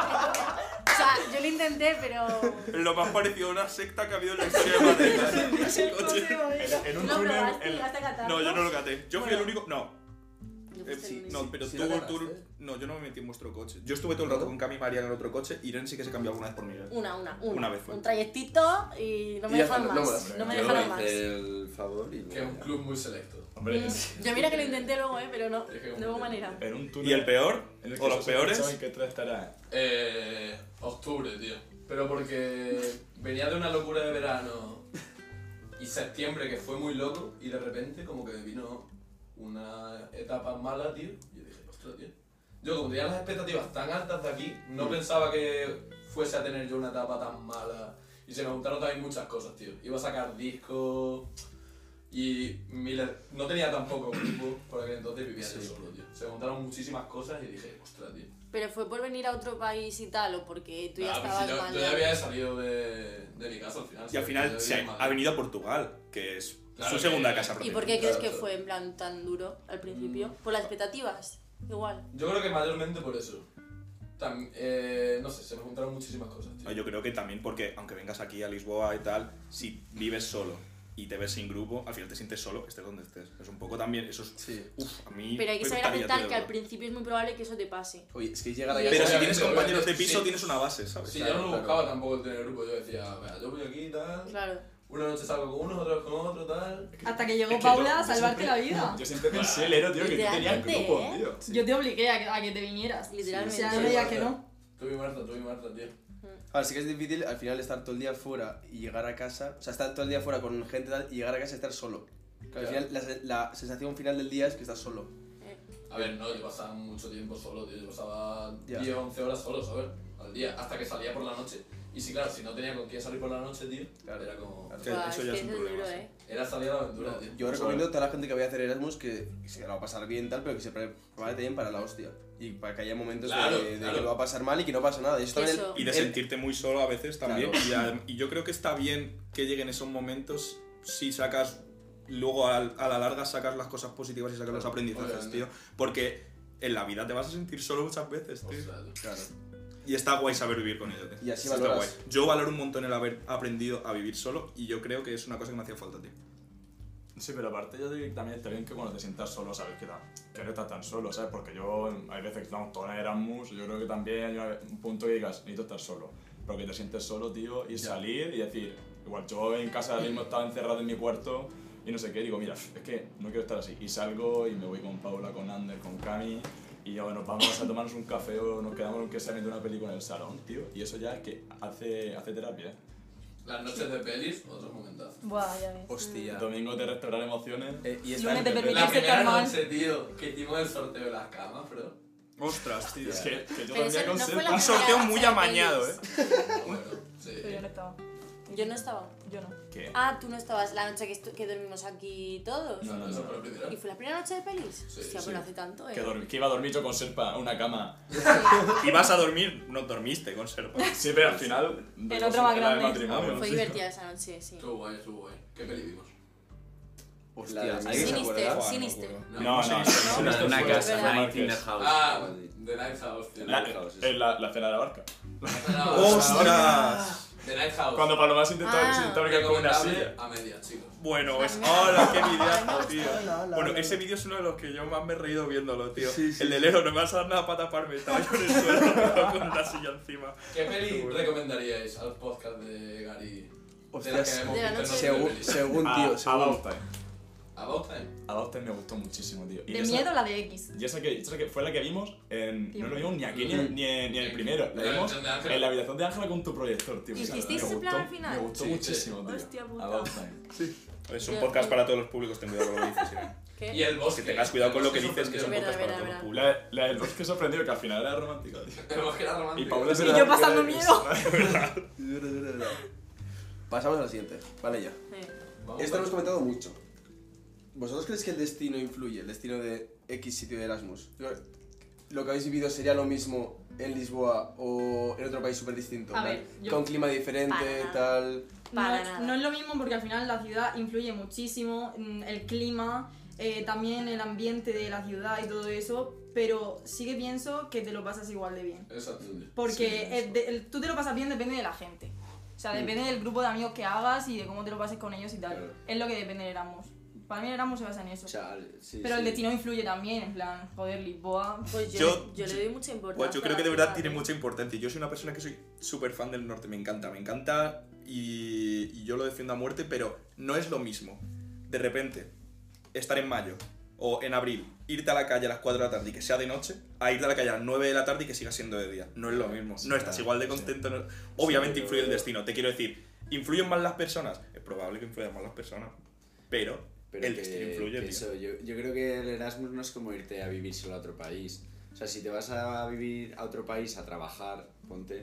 [SPEAKER 4] sea, yo lo intenté, pero...
[SPEAKER 6] [laughs] Lo más parecido a una secta que ha habido en la historia de
[SPEAKER 2] [laughs]
[SPEAKER 6] Madrid.
[SPEAKER 5] [laughs]
[SPEAKER 6] Ese coche.
[SPEAKER 1] En- En un
[SPEAKER 4] No
[SPEAKER 1] túnel.
[SPEAKER 4] probaste,
[SPEAKER 1] en-
[SPEAKER 4] llegaste a Qatar.
[SPEAKER 6] No, yo no lo caté. Yo fui el
[SPEAKER 4] Bueno.
[SPEAKER 6] único. No,
[SPEAKER 4] Yo
[SPEAKER 6] eh,
[SPEAKER 4] fuiste el único.
[SPEAKER 6] no, pero
[SPEAKER 2] Sí,
[SPEAKER 6] tú,
[SPEAKER 2] la
[SPEAKER 6] tú-
[SPEAKER 2] cagaste.
[SPEAKER 6] No, yo no me metí en vuestro coche. Yo estuve todo el rato con Cami y María en el otro coche. Irene sí que se cambió alguna vez por Miguel.
[SPEAKER 4] Una, una, una.
[SPEAKER 6] Una vez fue.
[SPEAKER 4] Un trayectito y no me
[SPEAKER 2] Y ya
[SPEAKER 4] dejaron
[SPEAKER 2] está, no
[SPEAKER 4] más.
[SPEAKER 2] me-
[SPEAKER 4] No me
[SPEAKER 7] Yo
[SPEAKER 4] dejaron más.
[SPEAKER 7] hice el favor y.
[SPEAKER 3] Que es un club muy selecto.
[SPEAKER 1] Hombre,
[SPEAKER 4] Mm, Yo mira que lo intenté luego, eh, pero no,
[SPEAKER 3] Es que
[SPEAKER 4] de hubo manera.
[SPEAKER 1] en un túnel.
[SPEAKER 6] ¿Y el peor?
[SPEAKER 1] en el que
[SPEAKER 6] ¿O los
[SPEAKER 1] se sabe
[SPEAKER 6] peores?
[SPEAKER 1] en qué tres estará?
[SPEAKER 3] Eh, octubre, tío. Pero porque venía de una locura de verano y septiembre que fue muy loco y de repente como que vino una etapa mala, tío. Y yo dije, ostras, tío. Yo como tenía las expectativas tan altas de aquí, no pensaba que fuese a tener yo una etapa tan mala. Y se me juntaron también muchas cosas, tío. Iba a sacar discos y miles... No tenía tampoco un grupo por aquel entonces vivía yo solo, tío. Se me juntaron muchísimas cosas y dije, ostras, tío.
[SPEAKER 4] Pero fue por venir a otro país y tal, o porque tú ya
[SPEAKER 3] Ah, pero
[SPEAKER 4] estabas
[SPEAKER 3] si yo,
[SPEAKER 4] mal.
[SPEAKER 3] yo ya había salido de, de mi casa al final.
[SPEAKER 6] Y al
[SPEAKER 3] ¿sabes? Yo
[SPEAKER 6] final
[SPEAKER 3] ya
[SPEAKER 6] se
[SPEAKER 3] vivía en
[SPEAKER 6] ha,
[SPEAKER 3] Madrid.
[SPEAKER 6] ha venido a Portugal, que es
[SPEAKER 3] Claro
[SPEAKER 6] su
[SPEAKER 3] que-
[SPEAKER 6] segunda casa
[SPEAKER 4] ¿Y
[SPEAKER 6] propia.
[SPEAKER 4] por qué crees que
[SPEAKER 3] Claro, Mm.
[SPEAKER 4] fue en plan tan duro al principio? Por las expectativas, igual.
[SPEAKER 3] Yo creo que mayormente por eso. tam- eh, no sé, se me juntaron muchísimas cosas, tío.
[SPEAKER 2] Ah,
[SPEAKER 6] No, Yo creo que también porque, aunque vengas aquí a Lisboa y tal, si vives solo y te ves sin grupo, al final te sientes solo, estés donde estés. Es un poco también, eso es...
[SPEAKER 2] Sí.
[SPEAKER 6] Uf, a mí...
[SPEAKER 4] Pero hay que
[SPEAKER 6] me
[SPEAKER 4] saber
[SPEAKER 6] gustaría,
[SPEAKER 4] aceptar
[SPEAKER 6] tío,
[SPEAKER 4] que al
[SPEAKER 6] de verdad.
[SPEAKER 4] principio es muy probable que eso te pase.
[SPEAKER 2] Oye, es que llegar allá...
[SPEAKER 6] Pero si
[SPEAKER 3] Obviamente,
[SPEAKER 6] tienes compañeros de
[SPEAKER 3] obviamente,
[SPEAKER 6] piso,
[SPEAKER 3] sí.
[SPEAKER 6] tienes una base, ¿sabes?
[SPEAKER 3] Sí,
[SPEAKER 2] Claro,
[SPEAKER 3] yo no
[SPEAKER 2] claro.
[SPEAKER 3] buscaba tampoco el tener grupo, yo decía, "Venga, yo voy aquí, tal,
[SPEAKER 4] Claro.
[SPEAKER 3] una noche salgo con unos, otra con otro, tal.
[SPEAKER 5] Hasta que llegó
[SPEAKER 1] Es que yo-
[SPEAKER 5] Paula
[SPEAKER 1] yo
[SPEAKER 5] a salvarte
[SPEAKER 1] siempre-
[SPEAKER 5] la vida.
[SPEAKER 1] [laughs] Yo siempre pensé, Lero, tío, que tú tenías
[SPEAKER 4] Literalmente,
[SPEAKER 1] grupo,
[SPEAKER 4] ¿eh?
[SPEAKER 1] tío.
[SPEAKER 5] Yo te obligué a que, a que te vinieras.
[SPEAKER 4] Literalmente.
[SPEAKER 5] O sea,
[SPEAKER 3] Sí,
[SPEAKER 5] no digas
[SPEAKER 3] Marta.
[SPEAKER 5] que no.
[SPEAKER 3] Tú y Marta, tú y Marta, tío.
[SPEAKER 2] Ahora sí que es difícil al final estar todo el día fuera y llegar a casa, o sea, estar todo el día fuera con gente y tal y llegar a casa y estar solo. Que al
[SPEAKER 3] Claro.
[SPEAKER 2] final la, se- la sensación final del día es que estás solo.
[SPEAKER 3] A ver, no, yo pasaba mucho tiempo solo, tío. Yo pasaba
[SPEAKER 2] Ya.
[SPEAKER 3] 10, 11 horas solo, ¿sabes? Al día, hasta que salía por la noche. Y sí, claro, si no tenía con quién salir por la noche, tío,
[SPEAKER 2] Claro.
[SPEAKER 3] era como...
[SPEAKER 6] Que
[SPEAKER 4] Buah,
[SPEAKER 6] eso
[SPEAKER 4] es
[SPEAKER 6] ya
[SPEAKER 4] que
[SPEAKER 6] es un
[SPEAKER 4] eso
[SPEAKER 6] problema.
[SPEAKER 4] duro,
[SPEAKER 6] sí.
[SPEAKER 4] ¿eh?
[SPEAKER 3] Era salida a la aventura, tío.
[SPEAKER 2] Yo recomiendo a toda la gente que vaya a hacer Erasmus que se la va a pasar bien tal, pero que se prepare también para la hostia. Y para que haya momentos de-
[SPEAKER 3] Claro,
[SPEAKER 2] de,
[SPEAKER 3] claro.
[SPEAKER 2] que lo va a pasar mal y que no pasa nada. Y eso también-
[SPEAKER 4] Eso.
[SPEAKER 6] Y de
[SPEAKER 2] el-
[SPEAKER 6] sentirte muy solo a veces también.
[SPEAKER 2] Claro.
[SPEAKER 6] Y, adem- y yo creo que está bien que lleguen esos momentos si sacas, luego al- a, la larga sacas las cosas positivas y sacas los aprendizajes,
[SPEAKER 3] Obviamente.
[SPEAKER 6] tío. Porque en la vida te vas a sentir solo muchas veces, tío.
[SPEAKER 3] Ostras, tío.
[SPEAKER 2] Claro.
[SPEAKER 6] Y está guay saber vivir con ello, tío.
[SPEAKER 2] Y así
[SPEAKER 6] Está
[SPEAKER 2] valoras.
[SPEAKER 6] guay. Yo valoro un montón el haber aprendido a vivir solo y yo creo que es una cosa que me hacía falta, tío.
[SPEAKER 1] Sí, pero aparte yo digo que también está bien que cuando te sientas solo, sabes que, ta- que no estás tan solo, ¿sabes? Porque yo, em, hay veces que estamos todos en Erasmus, yo creo que también hay una- un punto que digas, necesito estar solo. Pero que te sientes solo, tío, y salir y decir, igual yo en casa ahora mismo estaba encerrado en mi cuarto y no sé qué, digo, mira, es que no quiero estar así. Y salgo y me voy con Paula, con Ander, con Cami, y ya, nos vamos a tomarnos un café o nos quedamos aunque sea viendo una película en el salón, tío. Y eso ya es que hace, hace terapia, ¿eh?
[SPEAKER 3] Las noches de pelis, otro momentazo.
[SPEAKER 5] Buah, ya ves.
[SPEAKER 2] Hostia.
[SPEAKER 1] Domingo te restaurar emociones.
[SPEAKER 2] Eh, y
[SPEAKER 5] Lunes de
[SPEAKER 2] estar,
[SPEAKER 5] Pero
[SPEAKER 3] La
[SPEAKER 5] que se
[SPEAKER 3] primera
[SPEAKER 5] calman.
[SPEAKER 3] noche, tío, que hicimos el sorteo de las camas, bro.
[SPEAKER 6] Ostras, tío.
[SPEAKER 1] Es que, que yo
[SPEAKER 4] eh, Pero
[SPEAKER 1] dormía
[SPEAKER 4] eso
[SPEAKER 1] con
[SPEAKER 4] no fue
[SPEAKER 1] sed.
[SPEAKER 4] la
[SPEAKER 6] Un sorteo
[SPEAKER 4] primera
[SPEAKER 6] muy
[SPEAKER 4] noche de
[SPEAKER 6] amañado, eh.
[SPEAKER 4] pelis.
[SPEAKER 3] Bueno, sí.
[SPEAKER 5] Pero yo no estaba.
[SPEAKER 4] Yo no estaba.
[SPEAKER 5] Yo no.
[SPEAKER 1] ¿Qué?
[SPEAKER 4] Ah, tú no estabas la noche que, estu- que dormimos aquí todos.
[SPEAKER 1] No, no,
[SPEAKER 3] Eso
[SPEAKER 1] no.
[SPEAKER 3] fue lo primero.
[SPEAKER 4] ¿Y fue la primera noche de pelis?
[SPEAKER 3] Sí,
[SPEAKER 4] Hostia,
[SPEAKER 3] sí.
[SPEAKER 4] pero hace tanto, ¿eh?
[SPEAKER 1] Que, dormí- que iba a dormir yo con Serpa a una
[SPEAKER 4] [laughs]
[SPEAKER 1] cama.
[SPEAKER 6] Y vas a dormir, no dormiste con Serpa.
[SPEAKER 1] Sí, pero al final.
[SPEAKER 5] En otro más grande.
[SPEAKER 1] matrimonio.
[SPEAKER 4] Fue divertida esa noche, sí.
[SPEAKER 3] Estuvo guay, estuvo guay. ¿Qué peli vimos?
[SPEAKER 2] Hostia,
[SPEAKER 7] La-
[SPEAKER 2] ¿hay que se
[SPEAKER 4] Sinister,
[SPEAKER 2] acuerda?
[SPEAKER 4] Sinister.
[SPEAKER 1] No, no, no.
[SPEAKER 7] Una-
[SPEAKER 1] Esto
[SPEAKER 7] una
[SPEAKER 1] fue-
[SPEAKER 7] casa,
[SPEAKER 1] fue
[SPEAKER 7] una
[SPEAKER 1] Márquez.
[SPEAKER 7] Tinder House.
[SPEAKER 3] Ah, The Night House, tío.
[SPEAKER 1] La,
[SPEAKER 3] The
[SPEAKER 1] eh, la, la cena de la barca.
[SPEAKER 6] ¡Ostras!
[SPEAKER 3] The Night House.
[SPEAKER 1] Cuando Paloma se intentaba,
[SPEAKER 4] Ah.
[SPEAKER 1] se intentaba brincar con una
[SPEAKER 3] Recomendable
[SPEAKER 1] silla.
[SPEAKER 3] a medias, chicos.
[SPEAKER 6] Bueno, es.
[SPEAKER 4] A mí me-
[SPEAKER 6] ¡Hola, qué
[SPEAKER 4] a mí me
[SPEAKER 6] videazo,
[SPEAKER 4] gustó.
[SPEAKER 6] tío!
[SPEAKER 2] Hola, hola,
[SPEAKER 6] Bueno,
[SPEAKER 2] hola.
[SPEAKER 6] ese vídeo es uno de los que yo más me he reído viéndolo, tío.
[SPEAKER 2] Sí, sí,
[SPEAKER 6] el de Lero, no me vas a dar nada para taparme. Estaba yo en el suelo [laughs] tío, con la silla encima.
[SPEAKER 3] ¿Qué peli recomendaríais al podcast de Gary? de las que
[SPEAKER 2] Hostias,
[SPEAKER 3] vemos
[SPEAKER 4] De la
[SPEAKER 3] juntos,
[SPEAKER 4] noche
[SPEAKER 3] ¿no?
[SPEAKER 2] según,
[SPEAKER 3] De pelis.
[SPEAKER 2] según,
[SPEAKER 1] A-
[SPEAKER 6] Ah,
[SPEAKER 2] tío, según.
[SPEAKER 1] About Time.
[SPEAKER 3] About Time.
[SPEAKER 1] About Time me gustó muchísimo, tío. Y
[SPEAKER 5] ¿De
[SPEAKER 1] esa-
[SPEAKER 5] miedo la de X?
[SPEAKER 1] Y esa que, esa que fue la que vimos en. No lo vimos ni aquí ni,
[SPEAKER 2] Mm.
[SPEAKER 1] ni en, ni en el primero. La
[SPEAKER 3] En la
[SPEAKER 1] vimos
[SPEAKER 3] habitación de Ángela.
[SPEAKER 1] en la habitación de Ángela con tu proyector, tío.
[SPEAKER 4] ¿Y
[SPEAKER 1] Me encantó.
[SPEAKER 4] hicisteis
[SPEAKER 1] Me
[SPEAKER 4] ese
[SPEAKER 1] gustó-
[SPEAKER 4] plan al final?
[SPEAKER 1] Me gustó
[SPEAKER 3] Sí, sí.
[SPEAKER 1] muchísimo, tío.
[SPEAKER 4] Hostia puta.
[SPEAKER 1] About Time.
[SPEAKER 6] Es
[SPEAKER 4] Yo-
[SPEAKER 6] un podcast para todos los públicos, ten cuidado con lo que dices. [laughs] Irene.
[SPEAKER 4] ¿Qué?
[SPEAKER 3] Y el bosque.
[SPEAKER 6] Que tengas cuidado con lo que
[SPEAKER 3] El bosque
[SPEAKER 6] dices, que es un
[SPEAKER 4] sorprendió.
[SPEAKER 6] podcast para
[SPEAKER 4] Verdad,
[SPEAKER 6] todos los
[SPEAKER 4] verdad,
[SPEAKER 6] públicos.
[SPEAKER 1] La, la del bosque sorprendido, que al final era romántica, tío.
[SPEAKER 3] [laughs] El bosque era
[SPEAKER 1] Y
[SPEAKER 3] romántico.
[SPEAKER 1] Paula se
[SPEAKER 5] Y
[SPEAKER 1] le
[SPEAKER 5] yo
[SPEAKER 1] da-
[SPEAKER 5] pasando
[SPEAKER 1] era- [laughs]
[SPEAKER 5] miedo.
[SPEAKER 2] Duro, duro, duro. Pasamos a la siguiente. Vale, ya.
[SPEAKER 4] Eh,
[SPEAKER 3] Vamos
[SPEAKER 2] Esto
[SPEAKER 3] a-
[SPEAKER 2] lo hemos comentado mucho. ¿Vosotros creéis que el destino influye? El destino de X sitio de Erasmus. Yo- Lo que habéis vivido sería lo mismo en Lisboa o en otro país súper distinto.
[SPEAKER 5] A
[SPEAKER 2] ¿vale?
[SPEAKER 5] ver, yo-
[SPEAKER 2] Con clima diferente,
[SPEAKER 4] Para nada.
[SPEAKER 2] tal.
[SPEAKER 5] No,
[SPEAKER 4] Para
[SPEAKER 5] es-
[SPEAKER 4] nada.
[SPEAKER 5] no es lo mismo porque al final la ciudad influye muchísimo, mm, el clima, eh, también el ambiente de la ciudad y todo eso, pero sí que pienso que te lo pasas igual de bien.
[SPEAKER 3] Exacto, tío.
[SPEAKER 5] Porque
[SPEAKER 3] Sí,
[SPEAKER 5] el- de- el- tú te lo pasas bien depende de la gente. O sea, depende del grupo de amigos que hagas y de cómo te lo pases con ellos y tal.
[SPEAKER 3] Claro.
[SPEAKER 5] Es lo que depende del Erasmus. Para mí el Erasmus se basa en eso.
[SPEAKER 7] Chale, sí,
[SPEAKER 5] pero el
[SPEAKER 7] sí.
[SPEAKER 5] destino influye también, en plan, joder, Lisboa.
[SPEAKER 4] Pues yo,
[SPEAKER 6] Yo-
[SPEAKER 4] yo le doy mucha importancia.
[SPEAKER 6] Guau, yo creo
[SPEAKER 4] a
[SPEAKER 6] que de
[SPEAKER 4] la
[SPEAKER 6] verdad
[SPEAKER 4] ciudad,
[SPEAKER 6] tiene
[SPEAKER 4] ¿eh?
[SPEAKER 6] mucha importancia. Yo soy una persona que soy súper fan del norte, me encanta, me encanta y, y yo lo defiendo a muerte, pero no es lo mismo. De repente, estar en mayo o en abril, irte a la calle a las 4 de la tarde y que sea de noche, a irte a la calle a las 9 de la tarde y que siga siendo de día. No es lo mismo.
[SPEAKER 1] Sí,
[SPEAKER 6] no estás
[SPEAKER 1] claro,
[SPEAKER 6] igual de
[SPEAKER 1] sí.
[SPEAKER 6] contento. no- Obviamente
[SPEAKER 1] Sí,
[SPEAKER 6] influye el
[SPEAKER 1] pero-
[SPEAKER 6] destino, te quiero decir, ¿influyen más las personas? Es probable que influyan más las personas, pero,
[SPEAKER 7] Pero
[SPEAKER 6] el
[SPEAKER 7] que-
[SPEAKER 6] destino influye,
[SPEAKER 7] que
[SPEAKER 6] tío.
[SPEAKER 7] eso, yo, yo creo que el Erasmus no es como irte a vivir solo a otro país. O sea, si te vas a vivir a otro país a trabajar, ponte,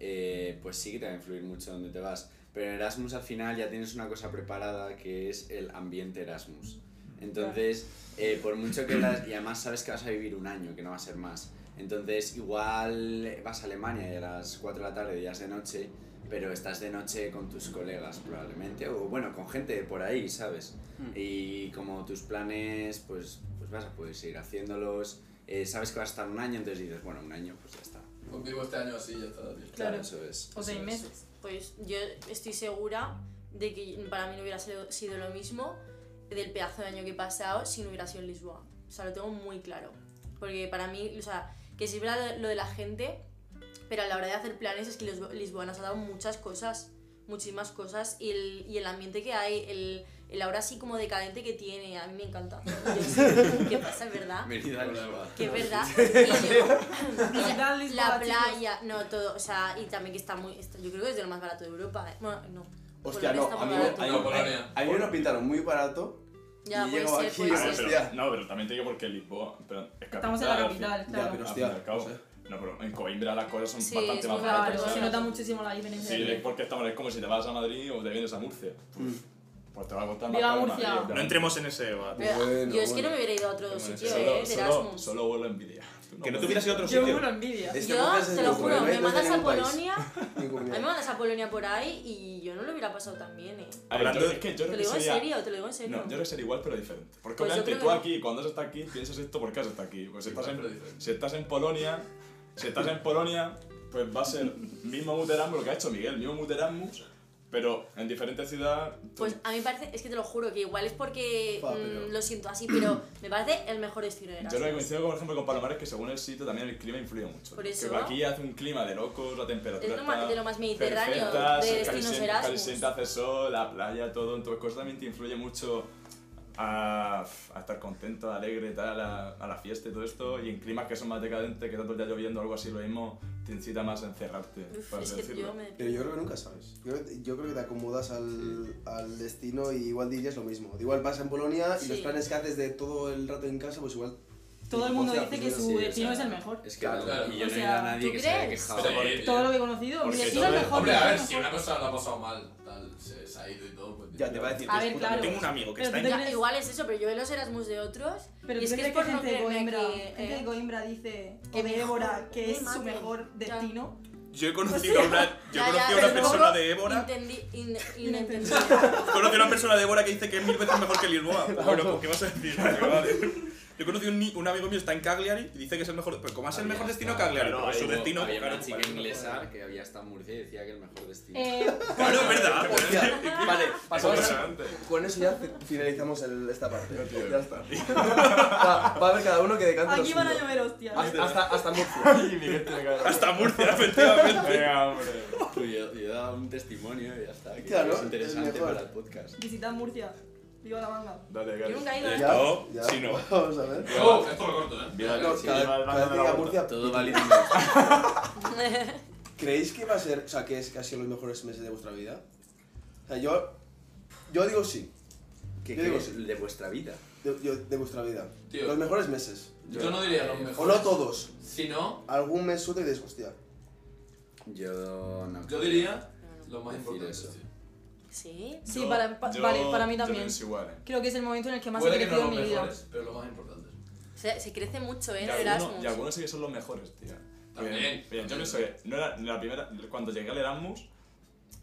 [SPEAKER 7] eh, pues sí que te va a influir mucho donde te vas. Pero en Erasmus al final ya tienes una cosa preparada que es el ambiente Erasmus. Entonces, eh, por mucho que las... Y además sabes que vas a vivir un año, que no va a ser más. Entonces, igual vas a Alemania y a las 4 de la tarde ya es de noche, pero estás de noche con tus colegas probablemente, o bueno, con gente de por ahí, ¿sabes? Y como tus planes, pues, pues vas a poder seguir haciéndolos. eh, sabes que vas a estar un año, entonces dices, bueno, un año, pues ya está. ¿no?
[SPEAKER 3] Conmigo este año así ya está, tío.
[SPEAKER 5] Claro.
[SPEAKER 7] eso es.
[SPEAKER 5] O
[SPEAKER 7] eso
[SPEAKER 5] seis
[SPEAKER 7] es.
[SPEAKER 5] meses.
[SPEAKER 4] Pues yo estoy segura de que para mí no hubiera sido, sido lo mismo del pedazo de año que he pasado si no hubiera sido en Lisboa. O sea, lo tengo muy claro. Porque para mí, o sea, que sí es verdad lo de la gente, pero a la hora de hacer planes es que Lisbo- Lisboa nos ha dado muchas cosas, muchísimas cosas, y el, y el ambiente que hay, el, el ahora así como decadente que tiene, a mí me encanta. [laughs] Yo sé ¿Qué pasa, es verdad?
[SPEAKER 7] [laughs] Bienvenido a Lisboa.
[SPEAKER 4] Que es verdad. Y yo-
[SPEAKER 5] Visitad Lisboa,
[SPEAKER 4] la
[SPEAKER 5] chicos.
[SPEAKER 4] playa, no, todo, o sea, y también que está muy, está- yo creo que es de lo más barato de Europa, eh. bueno, no.
[SPEAKER 2] Hostia,
[SPEAKER 4] Polonia
[SPEAKER 2] no,
[SPEAKER 4] está muy
[SPEAKER 2] amigo,
[SPEAKER 4] barato.
[SPEAKER 2] ahí,
[SPEAKER 3] No, Polonia.
[SPEAKER 2] ahí, ahí nos pintaron muy barato. [laughs]
[SPEAKER 4] Ya,
[SPEAKER 2] y
[SPEAKER 4] puede
[SPEAKER 2] llego
[SPEAKER 4] ser,
[SPEAKER 2] aquí, ah,
[SPEAKER 4] puede
[SPEAKER 1] A ver,
[SPEAKER 4] ser.
[SPEAKER 1] pero-
[SPEAKER 2] hostia.
[SPEAKER 1] no, pero también te digo porque Lisboa. Pero es capital,
[SPEAKER 5] Estamos en la
[SPEAKER 1] al
[SPEAKER 5] capital,
[SPEAKER 1] fin-
[SPEAKER 2] Ya,
[SPEAKER 5] claro.
[SPEAKER 2] pero
[SPEAKER 1] al
[SPEAKER 2] hostia.
[SPEAKER 1] fin y al cabo.
[SPEAKER 2] no sé.
[SPEAKER 1] No, pero en Coimbra las cosas son
[SPEAKER 4] Sí,
[SPEAKER 1] bastante
[SPEAKER 4] es
[SPEAKER 1] más
[SPEAKER 4] muy
[SPEAKER 1] baratas.
[SPEAKER 5] Claro,
[SPEAKER 4] Claro.
[SPEAKER 5] se
[SPEAKER 1] ¿sabes?
[SPEAKER 5] nota muchísimo la diferencia.
[SPEAKER 1] Sí, es porque estamos, es como si te vas a Madrid o te vienes a Murcia.
[SPEAKER 6] Mm.
[SPEAKER 1] Pues te va a costar más.
[SPEAKER 5] Viva
[SPEAKER 1] caro
[SPEAKER 5] Murcia.
[SPEAKER 1] Madrid,
[SPEAKER 6] No entremos en ese debate.
[SPEAKER 4] Pero
[SPEAKER 2] Bueno,
[SPEAKER 4] yo es que
[SPEAKER 2] bueno.
[SPEAKER 4] no me hubiera ido a otro sitio, eh,
[SPEAKER 1] Solo,
[SPEAKER 4] de
[SPEAKER 1] solo,
[SPEAKER 4] Erasmus.
[SPEAKER 1] solo vuelo envidia. Tú
[SPEAKER 6] Que no te
[SPEAKER 1] puedes.
[SPEAKER 6] hubieras ido a otro
[SPEAKER 5] Yo
[SPEAKER 6] sitio.
[SPEAKER 5] me lo envidia.
[SPEAKER 2] Este
[SPEAKER 4] yo,
[SPEAKER 2] podcast es
[SPEAKER 4] te
[SPEAKER 2] de
[SPEAKER 4] lo
[SPEAKER 2] Ucrania,
[SPEAKER 4] juro, me
[SPEAKER 2] no es de
[SPEAKER 4] mandas a
[SPEAKER 2] ningún país, [laughs]
[SPEAKER 4] Polonia,
[SPEAKER 2] ni
[SPEAKER 4] a mí me
[SPEAKER 2] comunidad.
[SPEAKER 4] mandas a Polonia por ahí y yo no lo hubiera pasado tan bien, eh.
[SPEAKER 1] A ver, yo-
[SPEAKER 6] Hablando-
[SPEAKER 1] es que yo creo
[SPEAKER 4] Te lo
[SPEAKER 1] que
[SPEAKER 4] digo en
[SPEAKER 1] sería-
[SPEAKER 4] serio, te lo digo en serio.
[SPEAKER 1] No, yo creo que sería igual pero diferente. Porque
[SPEAKER 4] Pues yo
[SPEAKER 1] obviamente
[SPEAKER 4] creo
[SPEAKER 1] tú
[SPEAKER 4] que no.
[SPEAKER 1] aquí, cuando has estado aquí, piensas esto porque has estado aquí. Pues si estás,
[SPEAKER 3] Igual,
[SPEAKER 1] en,
[SPEAKER 3] pero diferente.
[SPEAKER 1] si estás en Polonia, si estás en Polonia, pues va a ser mismo Muterambus, lo que ha hecho Miguel, mismo Muterambus, pero en diferentes ciudades.
[SPEAKER 4] Pues a mí me parece, es que te lo juro, que igual es porque
[SPEAKER 2] Pa,
[SPEAKER 4] mm,
[SPEAKER 2] pero-
[SPEAKER 4] lo siento así, pero me parece el mejor destino de
[SPEAKER 1] Yo lo que
[SPEAKER 4] Erasmus.
[SPEAKER 1] coincido, con, por ejemplo, con Palomares es que según el sitio también el clima influye mucho.
[SPEAKER 4] Por
[SPEAKER 1] Que
[SPEAKER 4] eso-
[SPEAKER 1] aquí hace un clima de locos, la temperatura.
[SPEAKER 4] Es lo más-
[SPEAKER 1] está
[SPEAKER 4] de lo más mediterráneo,
[SPEAKER 1] perfecta,
[SPEAKER 4] de
[SPEAKER 1] se-
[SPEAKER 4] destinos
[SPEAKER 1] casi,
[SPEAKER 4] Erasmus.
[SPEAKER 1] casi siempre hace sol, la playa, todo. Entonces, cosas también te influye mucho a, a estar contento, alegre, tal, a, a la fiesta y todo esto. Y en climas que son más decadentes, que tanto ya lloviendo o algo así, lo mismo te incita más a encerrarte.
[SPEAKER 4] Uf,
[SPEAKER 1] por
[SPEAKER 4] es
[SPEAKER 1] así
[SPEAKER 4] que
[SPEAKER 1] decirlo. [laughs]
[SPEAKER 4] yo me...
[SPEAKER 8] Pero yo creo que nunca sabes. Yo, yo creo que te acomodas al, al destino y igual dirías lo mismo. Igual vas en Polonia y los
[SPEAKER 4] Sí.
[SPEAKER 8] planes que haces de todo el rato en casa, pues igual.
[SPEAKER 5] Todo el mundo
[SPEAKER 8] Hostia,
[SPEAKER 5] dice que
[SPEAKER 8] pues
[SPEAKER 5] su
[SPEAKER 7] Sí, o
[SPEAKER 5] destino
[SPEAKER 7] sea,
[SPEAKER 5] es el mejor.
[SPEAKER 7] Es que
[SPEAKER 8] Claro.
[SPEAKER 7] no, y yo
[SPEAKER 5] O
[SPEAKER 7] no he
[SPEAKER 5] sea,
[SPEAKER 7] ido a nadie
[SPEAKER 4] ¿tú
[SPEAKER 7] que se haya
[SPEAKER 4] crees?
[SPEAKER 7] quejado.
[SPEAKER 3] Sí.
[SPEAKER 7] porque-
[SPEAKER 5] Todo lo que he conocido, mi
[SPEAKER 1] Porque
[SPEAKER 5] destino es el
[SPEAKER 1] todo-
[SPEAKER 5] mejor.
[SPEAKER 3] Hombre,
[SPEAKER 5] mi
[SPEAKER 3] a ver,
[SPEAKER 5] destino es
[SPEAKER 3] si
[SPEAKER 5] el
[SPEAKER 3] una
[SPEAKER 5] mejor.
[SPEAKER 3] persona lo ha pasado mal, tal, se, se ha ido y todo, pues...
[SPEAKER 2] Ya, te va a decir. que
[SPEAKER 4] A
[SPEAKER 2] es
[SPEAKER 4] ver,
[SPEAKER 2] puta
[SPEAKER 5] claro.
[SPEAKER 2] mierda.
[SPEAKER 6] Tengo un amigo que
[SPEAKER 5] Pero
[SPEAKER 6] está
[SPEAKER 5] tú
[SPEAKER 6] en.
[SPEAKER 5] te-
[SPEAKER 4] Ya,
[SPEAKER 5] crees?
[SPEAKER 4] igual es eso, pero yo veo los Erasmus de otros y
[SPEAKER 5] Pero ¿tú
[SPEAKER 4] es que
[SPEAKER 5] crees
[SPEAKER 4] es por
[SPEAKER 5] que
[SPEAKER 4] no
[SPEAKER 5] gente de
[SPEAKER 4] creerme
[SPEAKER 5] Coimbra,
[SPEAKER 4] que,
[SPEAKER 5] gente de
[SPEAKER 4] eh,
[SPEAKER 5] Coimbra dice
[SPEAKER 4] que
[SPEAKER 5] o de
[SPEAKER 4] mejor,
[SPEAKER 5] Évora que
[SPEAKER 4] me
[SPEAKER 5] es su
[SPEAKER 4] maten.
[SPEAKER 5] mejor
[SPEAKER 4] Ya.
[SPEAKER 5] destino?
[SPEAKER 6] Yo he conocido a una,
[SPEAKER 4] [laughs]
[SPEAKER 6] yo
[SPEAKER 4] Pues Ya,
[SPEAKER 6] he
[SPEAKER 4] ya,
[SPEAKER 6] conocido a
[SPEAKER 4] pero
[SPEAKER 6] una
[SPEAKER 4] un poco
[SPEAKER 6] persona de Évora.
[SPEAKER 4] intendi- in-
[SPEAKER 5] Inentendible. [laughs]
[SPEAKER 4] inentendible.
[SPEAKER 6] Conocí a una persona de Évora que dice que es mil veces mejor que
[SPEAKER 4] [laughs]
[SPEAKER 6] Lisboa. Bueno, pues, ¿qué vas a decir? Porque, vale. Yo conocí un, ni- un amigo mío está en Cagliari y dice que es el mejor. Pero ¿cómo es el
[SPEAKER 7] Había
[SPEAKER 6] mejor destino
[SPEAKER 7] estado-
[SPEAKER 6] Cagliari?
[SPEAKER 1] claro,
[SPEAKER 6] Porque es su
[SPEAKER 1] había-
[SPEAKER 6] destino.
[SPEAKER 7] Había
[SPEAKER 6] claro,
[SPEAKER 7] una chica
[SPEAKER 6] parece
[SPEAKER 7] inglesa que había estado en Murcia y decía que el mejor destino.
[SPEAKER 4] [laughs]
[SPEAKER 5] Eh,
[SPEAKER 6] Claro, es verdad.
[SPEAKER 7] [laughs]
[SPEAKER 6] pues,
[SPEAKER 2] Hostia,
[SPEAKER 5] [laughs]
[SPEAKER 2] Vale, pasamos a-
[SPEAKER 1] Impresionante.
[SPEAKER 2] Con eso ya fi- finalizamos el- esta parte.
[SPEAKER 1] No, tío.
[SPEAKER 2] Ya está. Va, va a haber cada uno que decante lo
[SPEAKER 5] aquí van a
[SPEAKER 2] suyo.
[SPEAKER 5] llover hostias.
[SPEAKER 2] Hasta, hasta, hasta Murcia.
[SPEAKER 1] [laughs] Ay, Miguel tiene cara.
[SPEAKER 6] Hasta Murcia, efectivamente.
[SPEAKER 1] Venga, hombre.
[SPEAKER 7] Tú, yo, yo daba un testimonio y ya está. Que
[SPEAKER 2] Claro,
[SPEAKER 7] es interesante
[SPEAKER 2] es mejor.
[SPEAKER 7] para el podcast.
[SPEAKER 5] Visitad Murcia. Viva la manga.
[SPEAKER 1] Dale,
[SPEAKER 4] Yo
[SPEAKER 1] Gary.
[SPEAKER 4] nunca he ido a
[SPEAKER 6] Ya. No, sí, no.
[SPEAKER 2] Vamos a ver.
[SPEAKER 3] Yo, esto lo corto, ¿eh?
[SPEAKER 1] Mira,
[SPEAKER 2] No,
[SPEAKER 1] sí,
[SPEAKER 2] cada,
[SPEAKER 1] va- va
[SPEAKER 2] cada vez
[SPEAKER 1] dando la
[SPEAKER 2] que diga
[SPEAKER 1] vuelta.
[SPEAKER 2] Murcia,
[SPEAKER 7] Todo
[SPEAKER 2] pico.
[SPEAKER 7] válido.
[SPEAKER 4] ¿eh?
[SPEAKER 2] ¿Creéis que va a ser, o sea, que es casi los mejores meses de vuestra vida? O sea, yo, yo digo sí,
[SPEAKER 7] ¿Qué
[SPEAKER 2] Yo digo,
[SPEAKER 7] crees de vuestra vida?
[SPEAKER 2] de, yo- de vuestra vida.
[SPEAKER 3] Tío.
[SPEAKER 2] Los mejores meses.
[SPEAKER 3] Yo no diría los mejores.
[SPEAKER 2] O no todos.
[SPEAKER 3] Si no,
[SPEAKER 2] Algún mes suelto y dices, hostia.
[SPEAKER 7] Yo no.
[SPEAKER 3] yo diría
[SPEAKER 4] No, no.
[SPEAKER 3] lo más
[SPEAKER 7] Decir
[SPEAKER 3] importante.
[SPEAKER 7] eso.
[SPEAKER 3] tío.
[SPEAKER 4] [laughs] Sí.
[SPEAKER 5] Sí,
[SPEAKER 1] Yo-
[SPEAKER 5] para, pa-
[SPEAKER 1] yo-
[SPEAKER 5] vale, para mí
[SPEAKER 1] yo
[SPEAKER 5] también.
[SPEAKER 1] pienso igual, eh.
[SPEAKER 5] Creo que es el momento en el que más he
[SPEAKER 3] Puede que no
[SPEAKER 5] crecido en
[SPEAKER 3] los
[SPEAKER 5] mi vida.
[SPEAKER 3] mejores, pero los más importantes.
[SPEAKER 4] Se, se crece mucho, ¿eh?
[SPEAKER 1] Y
[SPEAKER 4] En
[SPEAKER 1] algunos,
[SPEAKER 4] Erasmus.
[SPEAKER 1] y algunos sí que son los mejores, tío. Porque-
[SPEAKER 3] También.
[SPEAKER 1] porque yo pienso que no era la primera, cuando llegué al Erasmus,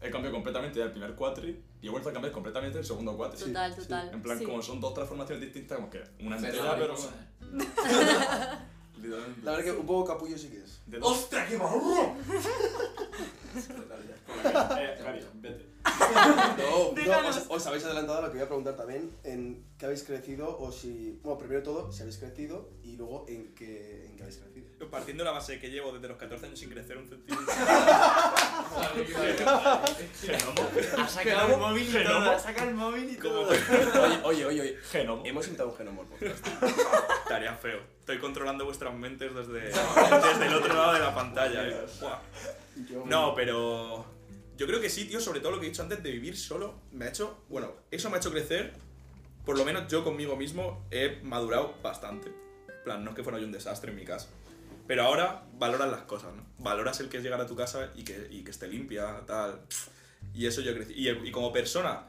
[SPEAKER 1] he cambiado completamente del primer cuatri y he vuelto a cambiar completamente el segundo cuatri.
[SPEAKER 4] Total, total.
[SPEAKER 1] En plan,
[SPEAKER 5] Sí.
[SPEAKER 1] como son dos transformaciones distintas, como que una
[SPEAKER 3] Pero
[SPEAKER 1] entera, pero.
[SPEAKER 3] mariposa, ¿eh?
[SPEAKER 1] Literalmente.
[SPEAKER 2] La verdad que un poco capullo sí que es.
[SPEAKER 1] De dos.
[SPEAKER 3] ¡Ostras, qué
[SPEAKER 5] [laughs]
[SPEAKER 3] barro! [laughs]
[SPEAKER 1] Eh, Gary, vete.
[SPEAKER 2] No, no
[SPEAKER 5] Déjanos.
[SPEAKER 2] os, os habéis adelantado a lo que voy a preguntar también, en qué habéis crecido o si... Bueno, primero todo, si habéis crecido y luego en qué, en qué habéis crecido.
[SPEAKER 6] Partiendo de la base que llevo desde los 14 años sin crecer
[SPEAKER 1] [laughs]
[SPEAKER 6] un centímetro.
[SPEAKER 7] Ha sacado el móvil y todo. Ha sacado el móvil y
[SPEAKER 6] Como
[SPEAKER 7] todo.
[SPEAKER 2] Oye, oye, oye, oye.
[SPEAKER 1] Genoma.
[SPEAKER 2] Hemos invitado un genoma al podcast.
[SPEAKER 6] Eh, Tarea feo. Estoy controlando vuestras mentes desde,
[SPEAKER 1] [laughs]
[SPEAKER 6] desde el otro lado de la pantalla. eh. Buah.
[SPEAKER 2] Yo-
[SPEAKER 6] No, pero yo creo que sí, tío, sobre todo lo que he dicho antes de vivir solo, me ha hecho, bueno, eso me ha hecho crecer, por lo menos yo conmigo mismo he madurado bastante. En plan, no es que fuera yo un desastre en mi casa. Pero ahora valoras las cosas, ¿no? Valoras el que es llegar a tu casa y que, y que esté limpia, tal. Y eso yo crecí. Y, y como persona,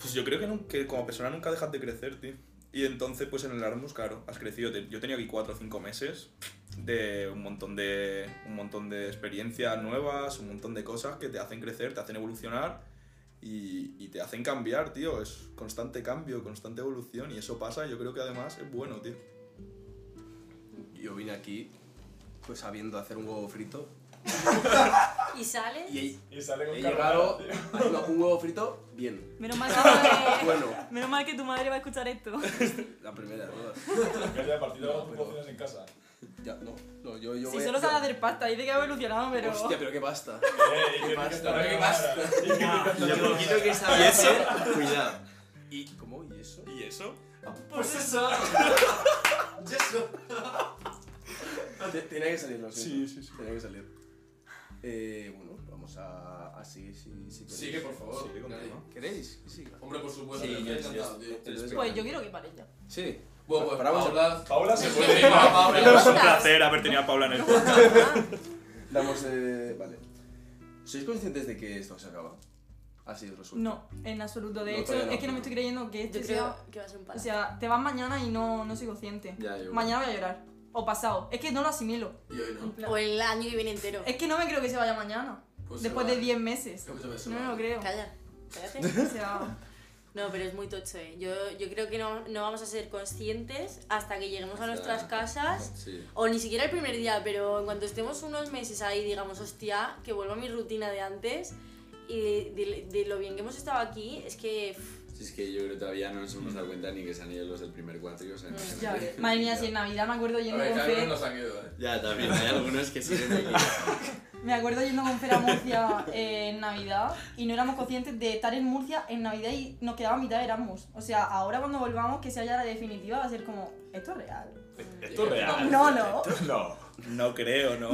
[SPEAKER 6] pues yo creo que, nun- que como persona nunca dejas de crecer, tío. Y entonces, pues en el Erasmus, claro, has crecido. Te- Yo tenía aquí cuatro o cinco meses de un montón de, un montón de experiencias nuevas, un montón de cosas que te hacen crecer, te hacen evolucionar y, y te hacen cambiar, tío. Es constante cambio, constante
[SPEAKER 1] [laughs]
[SPEAKER 6] evolución y eso pasa y yo creo que además es bueno, tío.
[SPEAKER 2] Yo vine aquí pues sabiendo hacer un huevo frito.
[SPEAKER 4] ¿Y sales?
[SPEAKER 2] Y he,
[SPEAKER 1] Y sale
[SPEAKER 2] he
[SPEAKER 1] con
[SPEAKER 2] llegado
[SPEAKER 1] carbonara, tío.
[SPEAKER 2] no, un huevo frito bien.
[SPEAKER 9] Menos
[SPEAKER 2] [laughs]
[SPEAKER 9] mal, que,
[SPEAKER 2] Bueno,
[SPEAKER 9] menos mal que tu madre va a escuchar esto.
[SPEAKER 2] la primera de todas.
[SPEAKER 1] Que haya partido
[SPEAKER 2] No,
[SPEAKER 1] las
[SPEAKER 2] pero-
[SPEAKER 1] proporciones en casa.
[SPEAKER 2] Ya, no, no, yo, yo
[SPEAKER 9] [laughs] Si
[SPEAKER 2] voy a-
[SPEAKER 9] solo
[SPEAKER 2] yo-
[SPEAKER 9] sabe hacer pasta, dice que ha evolucionado, pero.
[SPEAKER 2] Hostia, pero qué pasta.
[SPEAKER 1] Eh, y que
[SPEAKER 2] pasta,
[SPEAKER 1] no
[SPEAKER 2] qué
[SPEAKER 1] hay cámara. Y que no hay
[SPEAKER 7] Lo
[SPEAKER 1] cámara.
[SPEAKER 7] poquito que sabe hacer, cuidado.
[SPEAKER 2] ¿Cómo? ¿Y eso?
[SPEAKER 6] ¿Y eso?
[SPEAKER 7] Pues
[SPEAKER 3] [laughs]
[SPEAKER 7] eso.
[SPEAKER 2] Te- Tenía que salir, lo siento.
[SPEAKER 6] Sí, sí, sí.
[SPEAKER 2] Tenía que salir. Eh, bueno, vamos a, a seguir si, si queréis.
[SPEAKER 3] Sigue, por favor.
[SPEAKER 6] Sigue con
[SPEAKER 3] Dale.
[SPEAKER 6] calma.
[SPEAKER 2] ¿Queréis? Que siga.
[SPEAKER 3] Hombre, por supuesto.
[SPEAKER 7] Sí,
[SPEAKER 3] yo
[SPEAKER 7] yo-
[SPEAKER 3] estoy encantado, tío.
[SPEAKER 2] Entonces,
[SPEAKER 9] Pues yo quiero que pare ya.
[SPEAKER 2] Sí.
[SPEAKER 3] Bueno, pues
[SPEAKER 2] Paramos.
[SPEAKER 3] Paula.
[SPEAKER 1] Paula se puede ir.
[SPEAKER 3] Venga, [laughs] Paula.
[SPEAKER 6] Es un
[SPEAKER 4] Ostras.
[SPEAKER 5] [laughs]
[SPEAKER 6] placer haber tenido a Paula en el podcast.
[SPEAKER 2] Damos, eh, vale. ¿Sois conscientes de que esto se acaba? Así os resulta.
[SPEAKER 5] No, en absoluto. De
[SPEAKER 2] No,
[SPEAKER 5] hecho,
[SPEAKER 2] todavía no.
[SPEAKER 5] es que no me estoy creyendo que esto
[SPEAKER 4] Yo creo
[SPEAKER 5] sea.
[SPEAKER 4] que va a ser un
[SPEAKER 5] O
[SPEAKER 4] palo.
[SPEAKER 5] sea, te vas mañana y no, no soy consciente.
[SPEAKER 7] Ya, yo.
[SPEAKER 5] Mañana voy a llorar. O pasado. Es que no lo asimilo.
[SPEAKER 3] Y hoy
[SPEAKER 5] En
[SPEAKER 3] no.
[SPEAKER 5] plan-
[SPEAKER 4] O el año que viene entero.
[SPEAKER 5] Es que no me creo que se vaya mañana.
[SPEAKER 3] Pues
[SPEAKER 5] después
[SPEAKER 3] se
[SPEAKER 5] de
[SPEAKER 3] va.
[SPEAKER 5] 10 meses.
[SPEAKER 3] Escúchame, se
[SPEAKER 5] No me
[SPEAKER 3] va.
[SPEAKER 5] lo creo.
[SPEAKER 4] Calla. Cállate.
[SPEAKER 5] O sea,
[SPEAKER 4] No, pero es muy tocho, ¿eh? Yo, yo creo que no, no vamos a ser conscientes hasta que lleguemos a nuestras casas.
[SPEAKER 7] Sí.
[SPEAKER 4] O ni siquiera el primer día, pero en cuanto estemos unos meses ahí, digamos, hostia, que vuelva a mi rutina de antes y de, de- de lo bien que hemos estado aquí, es que. pff,
[SPEAKER 7] Si es que yo creo que todavía no nos hemos dado cuenta ni que se han ido los del primer cuatrio. O sea,
[SPEAKER 4] Mm,
[SPEAKER 5] ya
[SPEAKER 7] [laughs] imagínate.
[SPEAKER 5] ves. Madre mía, si en Navidad me acuerdo
[SPEAKER 3] A
[SPEAKER 5] yendo
[SPEAKER 3] ver,
[SPEAKER 5] con
[SPEAKER 3] cada uno
[SPEAKER 5] Fer.
[SPEAKER 3] nos ha quedado, eh.
[SPEAKER 7] Ya, también. Hay algunos que siguen aquí.
[SPEAKER 5] Me acuerdo yendo con Fer a Murcia eh, en Navidad y no éramos conscientes de estar en Murcia en Navidad y nos quedaba mitad de Erasmus. O sea, ahora cuando volvamos, que sea ya la definitiva, va a ser como, esto es real.
[SPEAKER 1] Esto es real.
[SPEAKER 5] No, no.
[SPEAKER 1] No.
[SPEAKER 6] No creo, no.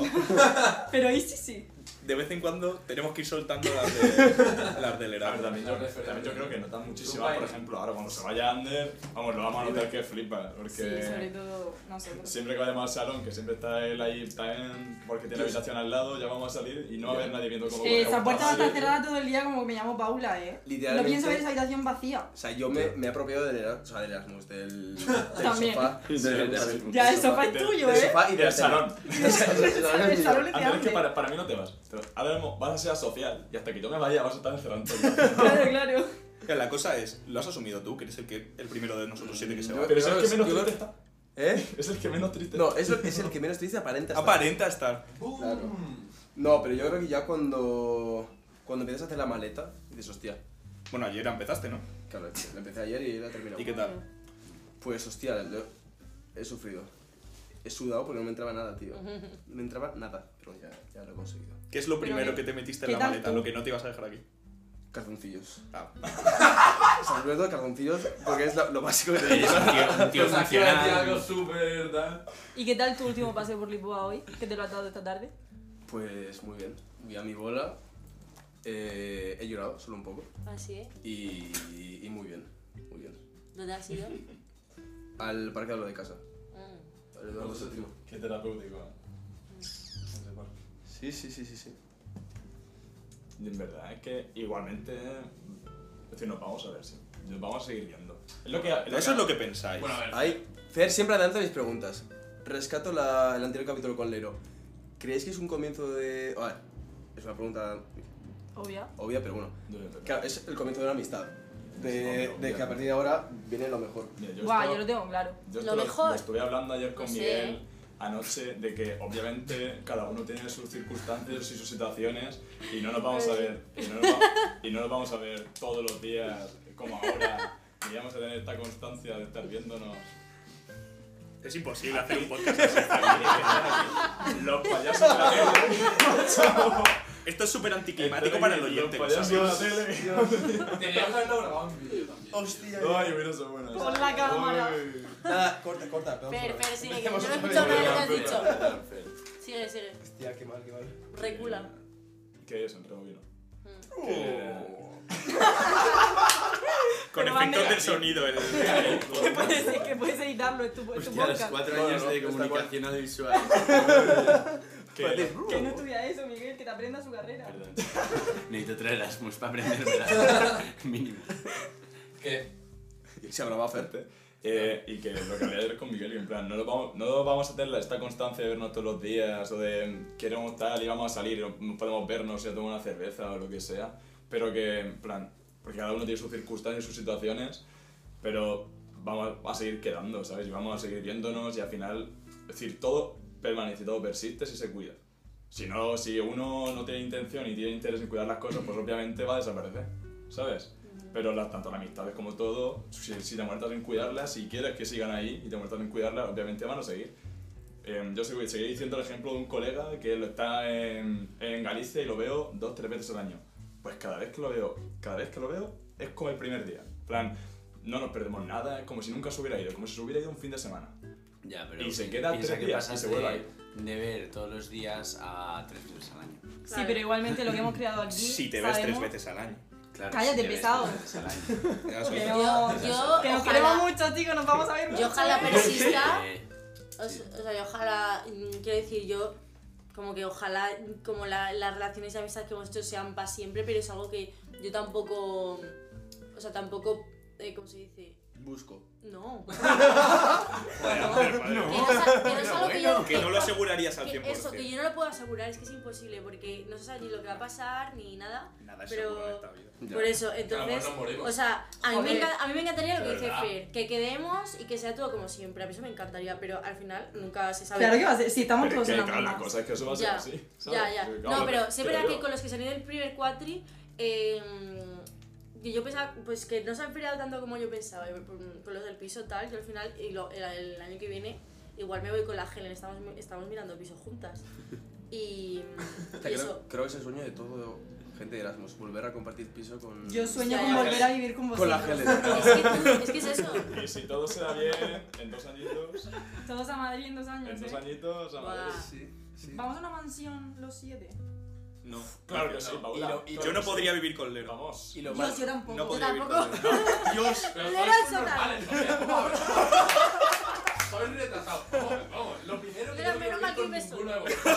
[SPEAKER 5] Pero ahí sí, sí.
[SPEAKER 6] De vez en cuando tenemos que ir soltando las, de, las
[SPEAKER 1] A
[SPEAKER 6] del
[SPEAKER 1] ver,
[SPEAKER 6] Erasmus.
[SPEAKER 1] también yo, también yo creo que notan muchísimo,
[SPEAKER 3] Dubai.
[SPEAKER 1] por ejemplo, ahora cuando se vaya Ander, vamos, lo vamos a notar que flipa,
[SPEAKER 5] Sí, sobre
[SPEAKER 1] porque
[SPEAKER 5] todo nosotros.
[SPEAKER 1] siempre que vayamos al salón, que siempre está él ahí también, porque tiene la habitación al lado, ya vamos a salir y no va a haber nadie viendo cómo...
[SPEAKER 5] Eh, esa puerta va a estar
[SPEAKER 1] Sí.
[SPEAKER 5] cerrada todo el día como que me llamo Paula, eh. No
[SPEAKER 2] Literalmente-
[SPEAKER 5] pienso ver esa habitación vacía.
[SPEAKER 2] O sea, yo me, me he apropiado del, Erasmus- o sea, del Erasmus, del, del
[SPEAKER 5] También.
[SPEAKER 2] sofá.
[SPEAKER 7] Sí,
[SPEAKER 2] Del
[SPEAKER 7] del
[SPEAKER 2] Erasmus,
[SPEAKER 7] Erasmus.
[SPEAKER 5] Ya,
[SPEAKER 2] del
[SPEAKER 5] el sofá es
[SPEAKER 1] del-
[SPEAKER 5] tuyo,
[SPEAKER 2] Del
[SPEAKER 5] eh.
[SPEAKER 2] sofá y
[SPEAKER 1] Y
[SPEAKER 2] del [laughs]
[SPEAKER 1] del salón.
[SPEAKER 5] [laughs] El salón
[SPEAKER 2] salón.
[SPEAKER 5] es de
[SPEAKER 1] Ander, es que
[SPEAKER 5] hambre.
[SPEAKER 1] para, para mí no te vas. Te vas- Ahora mismo vas a ser asocial y hasta que yo me vaya vas a estar encerrado. en todo el día.
[SPEAKER 5] Claro, claro.
[SPEAKER 6] Mira, La cosa es, lo has asumido tú, que eres el, que, el primero de nosotros siete que se va.
[SPEAKER 1] Pero es
[SPEAKER 2] Yo
[SPEAKER 1] el
[SPEAKER 2] creo
[SPEAKER 1] que
[SPEAKER 2] que-
[SPEAKER 1] menos
[SPEAKER 2] yo creo
[SPEAKER 1] triste
[SPEAKER 2] que-
[SPEAKER 1] está.
[SPEAKER 2] ¿Eh?
[SPEAKER 1] Es el que menos triste
[SPEAKER 2] No, eso es el que menos triste aparenta. estar.
[SPEAKER 6] Aparenta estar.
[SPEAKER 2] Claro. No, pero yo creo que ya cuando, cuando empiezas a hacer la maleta, dices, hostia.
[SPEAKER 6] Bueno, ayer empezaste, ¿no?
[SPEAKER 2] Claro, la empecé ayer y la terminé.
[SPEAKER 6] ¿Y qué tal?
[SPEAKER 2] Pues hostia, lo- he sufrido. He sudado porque no me entraba
[SPEAKER 9] [laughs]
[SPEAKER 2] nada, tío. No me entraba nada, pero ya, ya lo he conseguido.
[SPEAKER 6] ¿Qué es lo
[SPEAKER 5] Pero
[SPEAKER 6] primero
[SPEAKER 5] qué-
[SPEAKER 6] que te metiste
[SPEAKER 5] ¿qué
[SPEAKER 6] en la
[SPEAKER 5] tal
[SPEAKER 6] maleta?
[SPEAKER 5] tú?
[SPEAKER 6] Lo que no te ibas a dejar aquí.
[SPEAKER 2] Calzoncillos.
[SPEAKER 6] Ah.
[SPEAKER 2] [laughs] O sea, sobre todo calzoncillos porque es lo, lo básico que te
[SPEAKER 7] Oye, es
[SPEAKER 2] llevas.
[SPEAKER 7] un tío,
[SPEAKER 2] [laughs]
[SPEAKER 7] un tío [laughs]
[SPEAKER 3] Tío, funciona.
[SPEAKER 7] funcional.
[SPEAKER 3] algo súper tal.
[SPEAKER 9] ¿Y qué tal tu último paseo por Lisboa hoy? ¿Qué te lo has dado esta tarde?
[SPEAKER 2] Pues muy bien. Vi a mi bola. eh, he llorado solo un poco.
[SPEAKER 4] Así, ¿eh?
[SPEAKER 2] Y, y muy bien. Muy bien.
[SPEAKER 4] ¿Dónde has ido?
[SPEAKER 2] Al parque de lo de casa.
[SPEAKER 4] Mm.
[SPEAKER 2] Al Eduardo VII.
[SPEAKER 1] Qué terapéutico. ¿eh? No sé por qué.
[SPEAKER 2] Sí, sí, sí, sí, sí.
[SPEAKER 1] Y en verdad es que igualmente. Es decir, nos vamos a ver, sí. Nos vamos a seguir viendo. Es lo que,
[SPEAKER 6] Eso es lo que pensáis.
[SPEAKER 3] Bueno, a ver.
[SPEAKER 2] Ahí, Fer siempre adelanta mis preguntas. Rescato la- el anterior capítulo con Lero. ¿Creéis que es un comienzo de.? A ver, es una pregunta
[SPEAKER 9] Obvia.
[SPEAKER 2] obvia, pero bueno.
[SPEAKER 1] Mira,
[SPEAKER 2] Claro, es el comienzo de una amistad.
[SPEAKER 1] Sí,
[SPEAKER 2] De,
[SPEAKER 1] obvio,
[SPEAKER 2] de
[SPEAKER 1] obvio.
[SPEAKER 2] que a partir de ahora viene lo mejor.
[SPEAKER 1] yo
[SPEAKER 9] Guau,
[SPEAKER 1] esto-
[SPEAKER 9] yo lo tengo claro.
[SPEAKER 1] yo
[SPEAKER 4] Lo
[SPEAKER 1] esto
[SPEAKER 4] mejor.
[SPEAKER 1] estuve hablando ayer con
[SPEAKER 4] Pues sí,
[SPEAKER 1] Miguel
[SPEAKER 4] ¿eh?
[SPEAKER 1] anoche de que obviamente cada uno tiene sus circunstancias y sus situaciones y no nos vamos a
[SPEAKER 4] Pues
[SPEAKER 1] ver. Y no nos, va- y no nos vamos a ver todos los días como ahora. Y vamos a tener esta constancia de estar viéndonos.
[SPEAKER 6] Es imposible hacer un podcast así. [laughs]
[SPEAKER 1] Los payasos de la tele.
[SPEAKER 6] Esto es súper anticlimático para el oyente.
[SPEAKER 1] Los
[SPEAKER 6] lo
[SPEAKER 1] payasos de la
[SPEAKER 6] sabes.
[SPEAKER 1] tele.
[SPEAKER 3] Teníamos que haberlo grabado en vídeo también.
[SPEAKER 2] Hostia.
[SPEAKER 1] [laughs] Ay, hubiera sido bueno.
[SPEAKER 9] Con la cámara.
[SPEAKER 1] Uy.
[SPEAKER 2] Nada, corta, corta. perdón,
[SPEAKER 4] Fer,
[SPEAKER 2] perdón.
[SPEAKER 4] Fer, sigue, que yo no he
[SPEAKER 2] Vamos a ver.
[SPEAKER 4] escuchado nada de lo que has dicho. Sigue, sigue.
[SPEAKER 2] Hostia, qué mal, qué mal.
[SPEAKER 4] Recula.
[SPEAKER 1] Que es un rebobino.
[SPEAKER 6] Oh.
[SPEAKER 4] Mm.
[SPEAKER 1] Que-
[SPEAKER 6] Con
[SPEAKER 9] Pero van
[SPEAKER 6] efectos
[SPEAKER 9] de-
[SPEAKER 6] del sonido. el-
[SPEAKER 9] Que [laughs] puedes, que puedes editarlo, es tu, es tu
[SPEAKER 7] Hostia, los
[SPEAKER 9] podcast.
[SPEAKER 7] cuatro
[SPEAKER 2] No,
[SPEAKER 7] años
[SPEAKER 2] no,
[SPEAKER 7] de
[SPEAKER 2] está
[SPEAKER 7] comunicación audiovisual.
[SPEAKER 1] que-
[SPEAKER 9] Que no estudia eso, Miguel, que te aprenda su carrera.
[SPEAKER 7] Perdón. Necesito traer Erasmus para aprendérmela. Mínimo.
[SPEAKER 3] ¿Qué?
[SPEAKER 1] [laughs]
[SPEAKER 2] Se hablaba Fer.
[SPEAKER 1] Eh, y que lo que hablé ayer con Miguel, que en plan, no, lo vamos, no vamos a tener la- esta constancia de vernos todos los días, o de mm, queremos tal y vamos a salir, o no podemos vernos, y a tomar una cerveza o lo que sea, pero que, en plan, porque cada uno tiene sus circunstancias y sus situaciones, pero vamos a seguir quedando, ¿sabes? Y vamos a seguir viéndonos y al final, es decir, todo, permanece todo, persiste si se cuida. Si no, si uno no tiene intención y tiene interés en cuidar las cosas, pues obviamente va a desaparecer, ¿sabes? Pero las, tanto las amistades como todo, si, si te muertas en cuidarlas, si quieres que sigan ahí y te muertas en cuidarlas, obviamente van a seguir. Eh, yo sigo- seguiré diciendo el ejemplo de un colega que lo está en, en Galicia y lo veo dos, tres veces al año. Pues cada vez que lo veo, cada vez que lo veo, es como el primer día. En plan, no nos perdemos nada, es como si nunca se hubiera ido, como si se hubiera ido un fin de semana.
[SPEAKER 7] Ya, pero
[SPEAKER 1] Y se queda
[SPEAKER 7] piensa
[SPEAKER 1] tres
[SPEAKER 7] que
[SPEAKER 1] días y
[SPEAKER 7] pasas
[SPEAKER 1] se vuelve
[SPEAKER 7] de-
[SPEAKER 1] a ir.
[SPEAKER 7] De ver todos los días a tres veces al año.
[SPEAKER 9] Sí, pero igualmente lo que hemos creado aquí.
[SPEAKER 6] Si te ves tres
[SPEAKER 9] sabemos-
[SPEAKER 6] veces al año.
[SPEAKER 7] Claro,
[SPEAKER 9] Cállate,
[SPEAKER 7] si te ves tres
[SPEAKER 9] pesado.
[SPEAKER 7] veces al año.
[SPEAKER 6] Ya es otra.
[SPEAKER 4] Yo,
[SPEAKER 9] Yo,
[SPEAKER 4] yo
[SPEAKER 9] que nos queremos
[SPEAKER 4] ojalá,
[SPEAKER 9] mucho, chicos, nos vamos a ver.
[SPEAKER 4] yo
[SPEAKER 9] mucho.
[SPEAKER 4] ojalá persista.
[SPEAKER 7] [laughs] Eh,
[SPEAKER 4] O s- o sea, yo ojalá, mm, quiero decir, yo como que ojalá mm, como la- las relaciones y amistades que hemos hecho sean para siempre, pero es algo que yo tampoco, o sea, tampoco, eh, ¿cómo se dice?
[SPEAKER 8] Busco.
[SPEAKER 4] No.
[SPEAKER 5] [laughs]
[SPEAKER 6] Bueno, pero padre,
[SPEAKER 4] Que no, es a- que no es algo que yo...
[SPEAKER 6] Que no lo asegurarías al
[SPEAKER 4] que
[SPEAKER 6] 100%.
[SPEAKER 4] eso, que yo no lo puedo asegurar, es que es imposible, porque no se sabe ni lo que va a pasar, ni nada.
[SPEAKER 6] Nada es
[SPEAKER 4] pero-
[SPEAKER 6] seguro en esta vida.
[SPEAKER 2] Ya.
[SPEAKER 4] Por eso,
[SPEAKER 3] Claro,
[SPEAKER 4] entonces,
[SPEAKER 3] nos morimos.
[SPEAKER 4] o sea, a mí, me
[SPEAKER 5] Joder.
[SPEAKER 4] encan- a mí me encantaría lo que
[SPEAKER 3] De
[SPEAKER 4] dice
[SPEAKER 3] verdad.
[SPEAKER 4] Fer, que quedemos y que sea todo como siempre, a mí eso me encantaría, pero al final nunca se sabe.
[SPEAKER 5] Claro que va a ser, si estamos
[SPEAKER 1] Pero es
[SPEAKER 5] todos en
[SPEAKER 1] que,
[SPEAKER 5] la
[SPEAKER 1] claro, la
[SPEAKER 5] misma.
[SPEAKER 1] cosa es que eso va a ser
[SPEAKER 4] Ya,
[SPEAKER 1] así. ¿sabes?
[SPEAKER 4] Ya, ya.
[SPEAKER 1] Porque, claro,
[SPEAKER 4] No,
[SPEAKER 1] lo
[SPEAKER 4] pero sí es
[SPEAKER 1] creo
[SPEAKER 4] verdad que
[SPEAKER 1] yo.
[SPEAKER 4] con los que salí del primer cuatri, eh, que yo pensaba pues que no se han enfriado tanto como yo pensaba, y por- con los del piso tal, que al final, y lo- el, el año que viene, igual me voy con la Helen, estamos, estamos mirando piso juntas. Y,
[SPEAKER 1] [laughs]
[SPEAKER 4] y eso.
[SPEAKER 2] Creo, creo que es el sueño de todo gente de Erasmus, volver a compartir piso con...
[SPEAKER 5] Yo sueño
[SPEAKER 4] Ya,
[SPEAKER 5] con
[SPEAKER 4] ya.
[SPEAKER 5] volver a vivir con
[SPEAKER 2] Con
[SPEAKER 5] vosotros.
[SPEAKER 2] la Helen.
[SPEAKER 4] Es que, tú- es que
[SPEAKER 1] [laughs]
[SPEAKER 4] es eso.
[SPEAKER 1] Y si todo se da bien, en dos añitos,
[SPEAKER 9] Todos a Madrid en dos años.
[SPEAKER 1] en dos
[SPEAKER 9] ¿eh?
[SPEAKER 1] añitos, a Madrid.
[SPEAKER 4] Buah.
[SPEAKER 2] Sí, sí.
[SPEAKER 5] Vamos a una mansión los siete.
[SPEAKER 6] No.
[SPEAKER 1] Claro que
[SPEAKER 6] no.
[SPEAKER 1] sí,
[SPEAKER 6] Y
[SPEAKER 1] Paula.
[SPEAKER 6] lo- y yo no podría vivir con Lero.
[SPEAKER 1] Vamos.
[SPEAKER 2] Y lo
[SPEAKER 5] Yo,
[SPEAKER 2] malo...
[SPEAKER 5] yo tampoco.
[SPEAKER 6] No
[SPEAKER 4] Yo
[SPEAKER 6] podría vivir
[SPEAKER 4] tampoco.
[SPEAKER 6] con Lero. Dios.
[SPEAKER 3] Pero
[SPEAKER 4] Lero
[SPEAKER 3] sois
[SPEAKER 4] al
[SPEAKER 3] unos
[SPEAKER 4] sótano.
[SPEAKER 3] males, familia, por favor. Sois retrasados. Vamos, vamos, lo primero que
[SPEAKER 4] Pero
[SPEAKER 3] yo
[SPEAKER 4] menos
[SPEAKER 3] no
[SPEAKER 4] mal
[SPEAKER 3] vi
[SPEAKER 4] que
[SPEAKER 3] con
[SPEAKER 4] me soy.
[SPEAKER 3] ninguno de vosotros.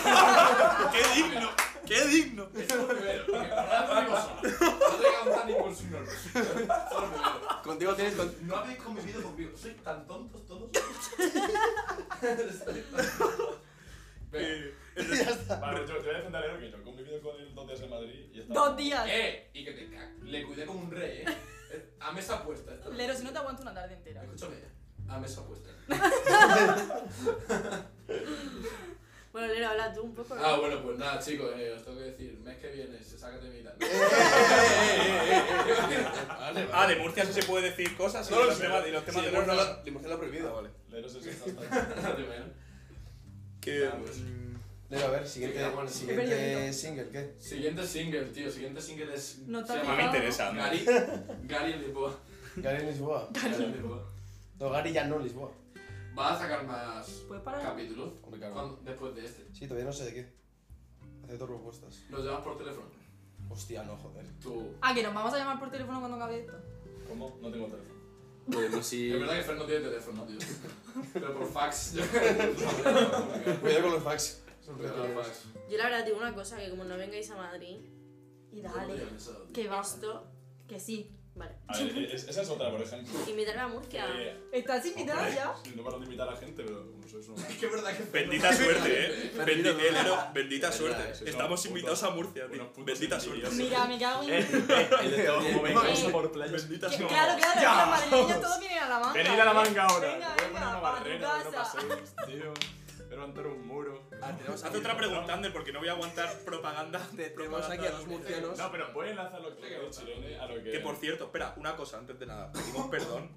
[SPEAKER 6] [laughs] ¡Qué digno! ¡Qué digno!
[SPEAKER 3] Eso es lo primero, que por ahora no
[SPEAKER 6] [laughs]
[SPEAKER 3] digo solo. No te cantas ningún signo. Eso es lo primero.
[SPEAKER 2] Contigo tienes... con-
[SPEAKER 3] No habéis convivido conmigo. Sois tan tontos
[SPEAKER 6] [laughs]
[SPEAKER 3] todos. Sois tan tontos. Venga.
[SPEAKER 6] Eh.
[SPEAKER 1] Vale, yo te voy a defender a Lero que yo he convivido con él dos días en Madrid y está.
[SPEAKER 9] Dos días.
[SPEAKER 3] Eh, y que te cag- Le cuidé como un rey, eh. eh. A mesa puesta. esta noche.
[SPEAKER 9] Lero, si no te aguanto una tarde entera.
[SPEAKER 3] Escúchame. eh. A mesa puesta.
[SPEAKER 4] Bueno, Lero, habla tú un poco. ¿no?
[SPEAKER 3] Ah, bueno, pues nada, chicos, eh, os tengo que decir, mes que viene, se saca de mi tal. Vale, vale.
[SPEAKER 6] Ah, de Murcia sí se puede decir cosas. y
[SPEAKER 3] No lo
[SPEAKER 6] los
[SPEAKER 3] sé.
[SPEAKER 6] temas- Y los temas
[SPEAKER 2] Sí,
[SPEAKER 6] de
[SPEAKER 2] Murcia
[SPEAKER 6] Murcia-
[SPEAKER 2] lo- de Murcia lo ha prohibido. Ah, vale.
[SPEAKER 1] Lero se sienta hasta
[SPEAKER 3] Vale, bueno.
[SPEAKER 6] Que.
[SPEAKER 3] Ah, pues.
[SPEAKER 6] mm,
[SPEAKER 8] Pero a ver, siguiente,
[SPEAKER 3] Venga, bueno,
[SPEAKER 8] siguiente single, ¿qué?
[SPEAKER 3] Siguiente single, tío, siguiente single es.
[SPEAKER 9] No te
[SPEAKER 3] se
[SPEAKER 9] ha
[SPEAKER 6] A mí me
[SPEAKER 3] llama
[SPEAKER 9] picado.
[SPEAKER 6] interesa. ¿no?
[SPEAKER 3] Gary, Gary en Lisboa.
[SPEAKER 8] Gary en Lisboa.
[SPEAKER 3] Gary en Lisboa.
[SPEAKER 8] No, Gary ya no en Lisboa.
[SPEAKER 3] Va a sacar más
[SPEAKER 9] ¿Puedes parar?
[SPEAKER 3] capítulos
[SPEAKER 8] Hombre, claro.
[SPEAKER 3] cuando- después de este.
[SPEAKER 8] Sí, todavía no sé de qué. Acepto propuestas.
[SPEAKER 3] Los llamas por teléfono.
[SPEAKER 8] Hostia, no, joder.
[SPEAKER 3] Tú.
[SPEAKER 9] Ah, que nos vamos a llamar por teléfono cuando acabe esto.
[SPEAKER 1] ¿Cómo? No tengo teléfono.
[SPEAKER 7] Podemos [laughs]
[SPEAKER 3] Es
[SPEAKER 7] ir.
[SPEAKER 3] verdad que Fer no tiene teléfono, tío. Pero por fax. yo-
[SPEAKER 8] Cuidado con los fax.
[SPEAKER 3] Son regalos fax.
[SPEAKER 4] Yo la verdad digo una cosa, que como no vengáis a Madrid,
[SPEAKER 9] Y
[SPEAKER 3] Yo no
[SPEAKER 9] dale.
[SPEAKER 3] tenía pensado, tío.
[SPEAKER 9] Que vas.
[SPEAKER 4] esto,
[SPEAKER 9] Que sí.
[SPEAKER 4] vale.
[SPEAKER 1] A ver, es- esa es otra, por ejemplo.
[SPEAKER 4] Invitarme a Murcia.
[SPEAKER 1] Eh,
[SPEAKER 9] ¿Estás invitada
[SPEAKER 1] hombre,
[SPEAKER 9] ya?
[SPEAKER 1] No paro de invitar a gente, pero como sois unos-
[SPEAKER 3] Es que es verdad que Fer no-
[SPEAKER 6] Bendita suerte, eh. Bendita, eh, Lero, bendita
[SPEAKER 8] Es verdad, eso
[SPEAKER 6] suerte.
[SPEAKER 8] es
[SPEAKER 6] Estamos
[SPEAKER 1] una
[SPEAKER 6] invitados
[SPEAKER 1] puta-
[SPEAKER 6] a Murcia,
[SPEAKER 1] una
[SPEAKER 6] tío.
[SPEAKER 1] puta
[SPEAKER 6] Bendita
[SPEAKER 1] envidia.
[SPEAKER 6] suerte.
[SPEAKER 9] Mira, me cago
[SPEAKER 1] Eh,
[SPEAKER 9] en.
[SPEAKER 1] [laughs]
[SPEAKER 7] "Oh,
[SPEAKER 1] Como vengáis a por
[SPEAKER 7] [laughs]
[SPEAKER 1] playa.
[SPEAKER 6] Bendita
[SPEAKER 9] Que-
[SPEAKER 6] suerte.
[SPEAKER 9] Claro, claro, que los madrileños todos vienen a la manga.
[SPEAKER 1] Venid a la manga ahora.
[SPEAKER 9] Venga,
[SPEAKER 1] Voy a poner
[SPEAKER 9] venga,
[SPEAKER 1] una
[SPEAKER 9] para
[SPEAKER 1] barrera,
[SPEAKER 9] tu [laughs]
[SPEAKER 1] no
[SPEAKER 9] casa.
[SPEAKER 1] paséis, tío. Voy a levantar un muro.
[SPEAKER 2] Ah, tenemos
[SPEAKER 6] Haz otra pregunta, Ander, porque no voy a aguantar propaganda.
[SPEAKER 2] Te- Tenemos aquí a dos murcianos.
[SPEAKER 1] No, pero pueden enlazar lo que ha dicho Irene a lo que.
[SPEAKER 6] Que por cierto, espera, una cosa antes de nada. Pedimos perdón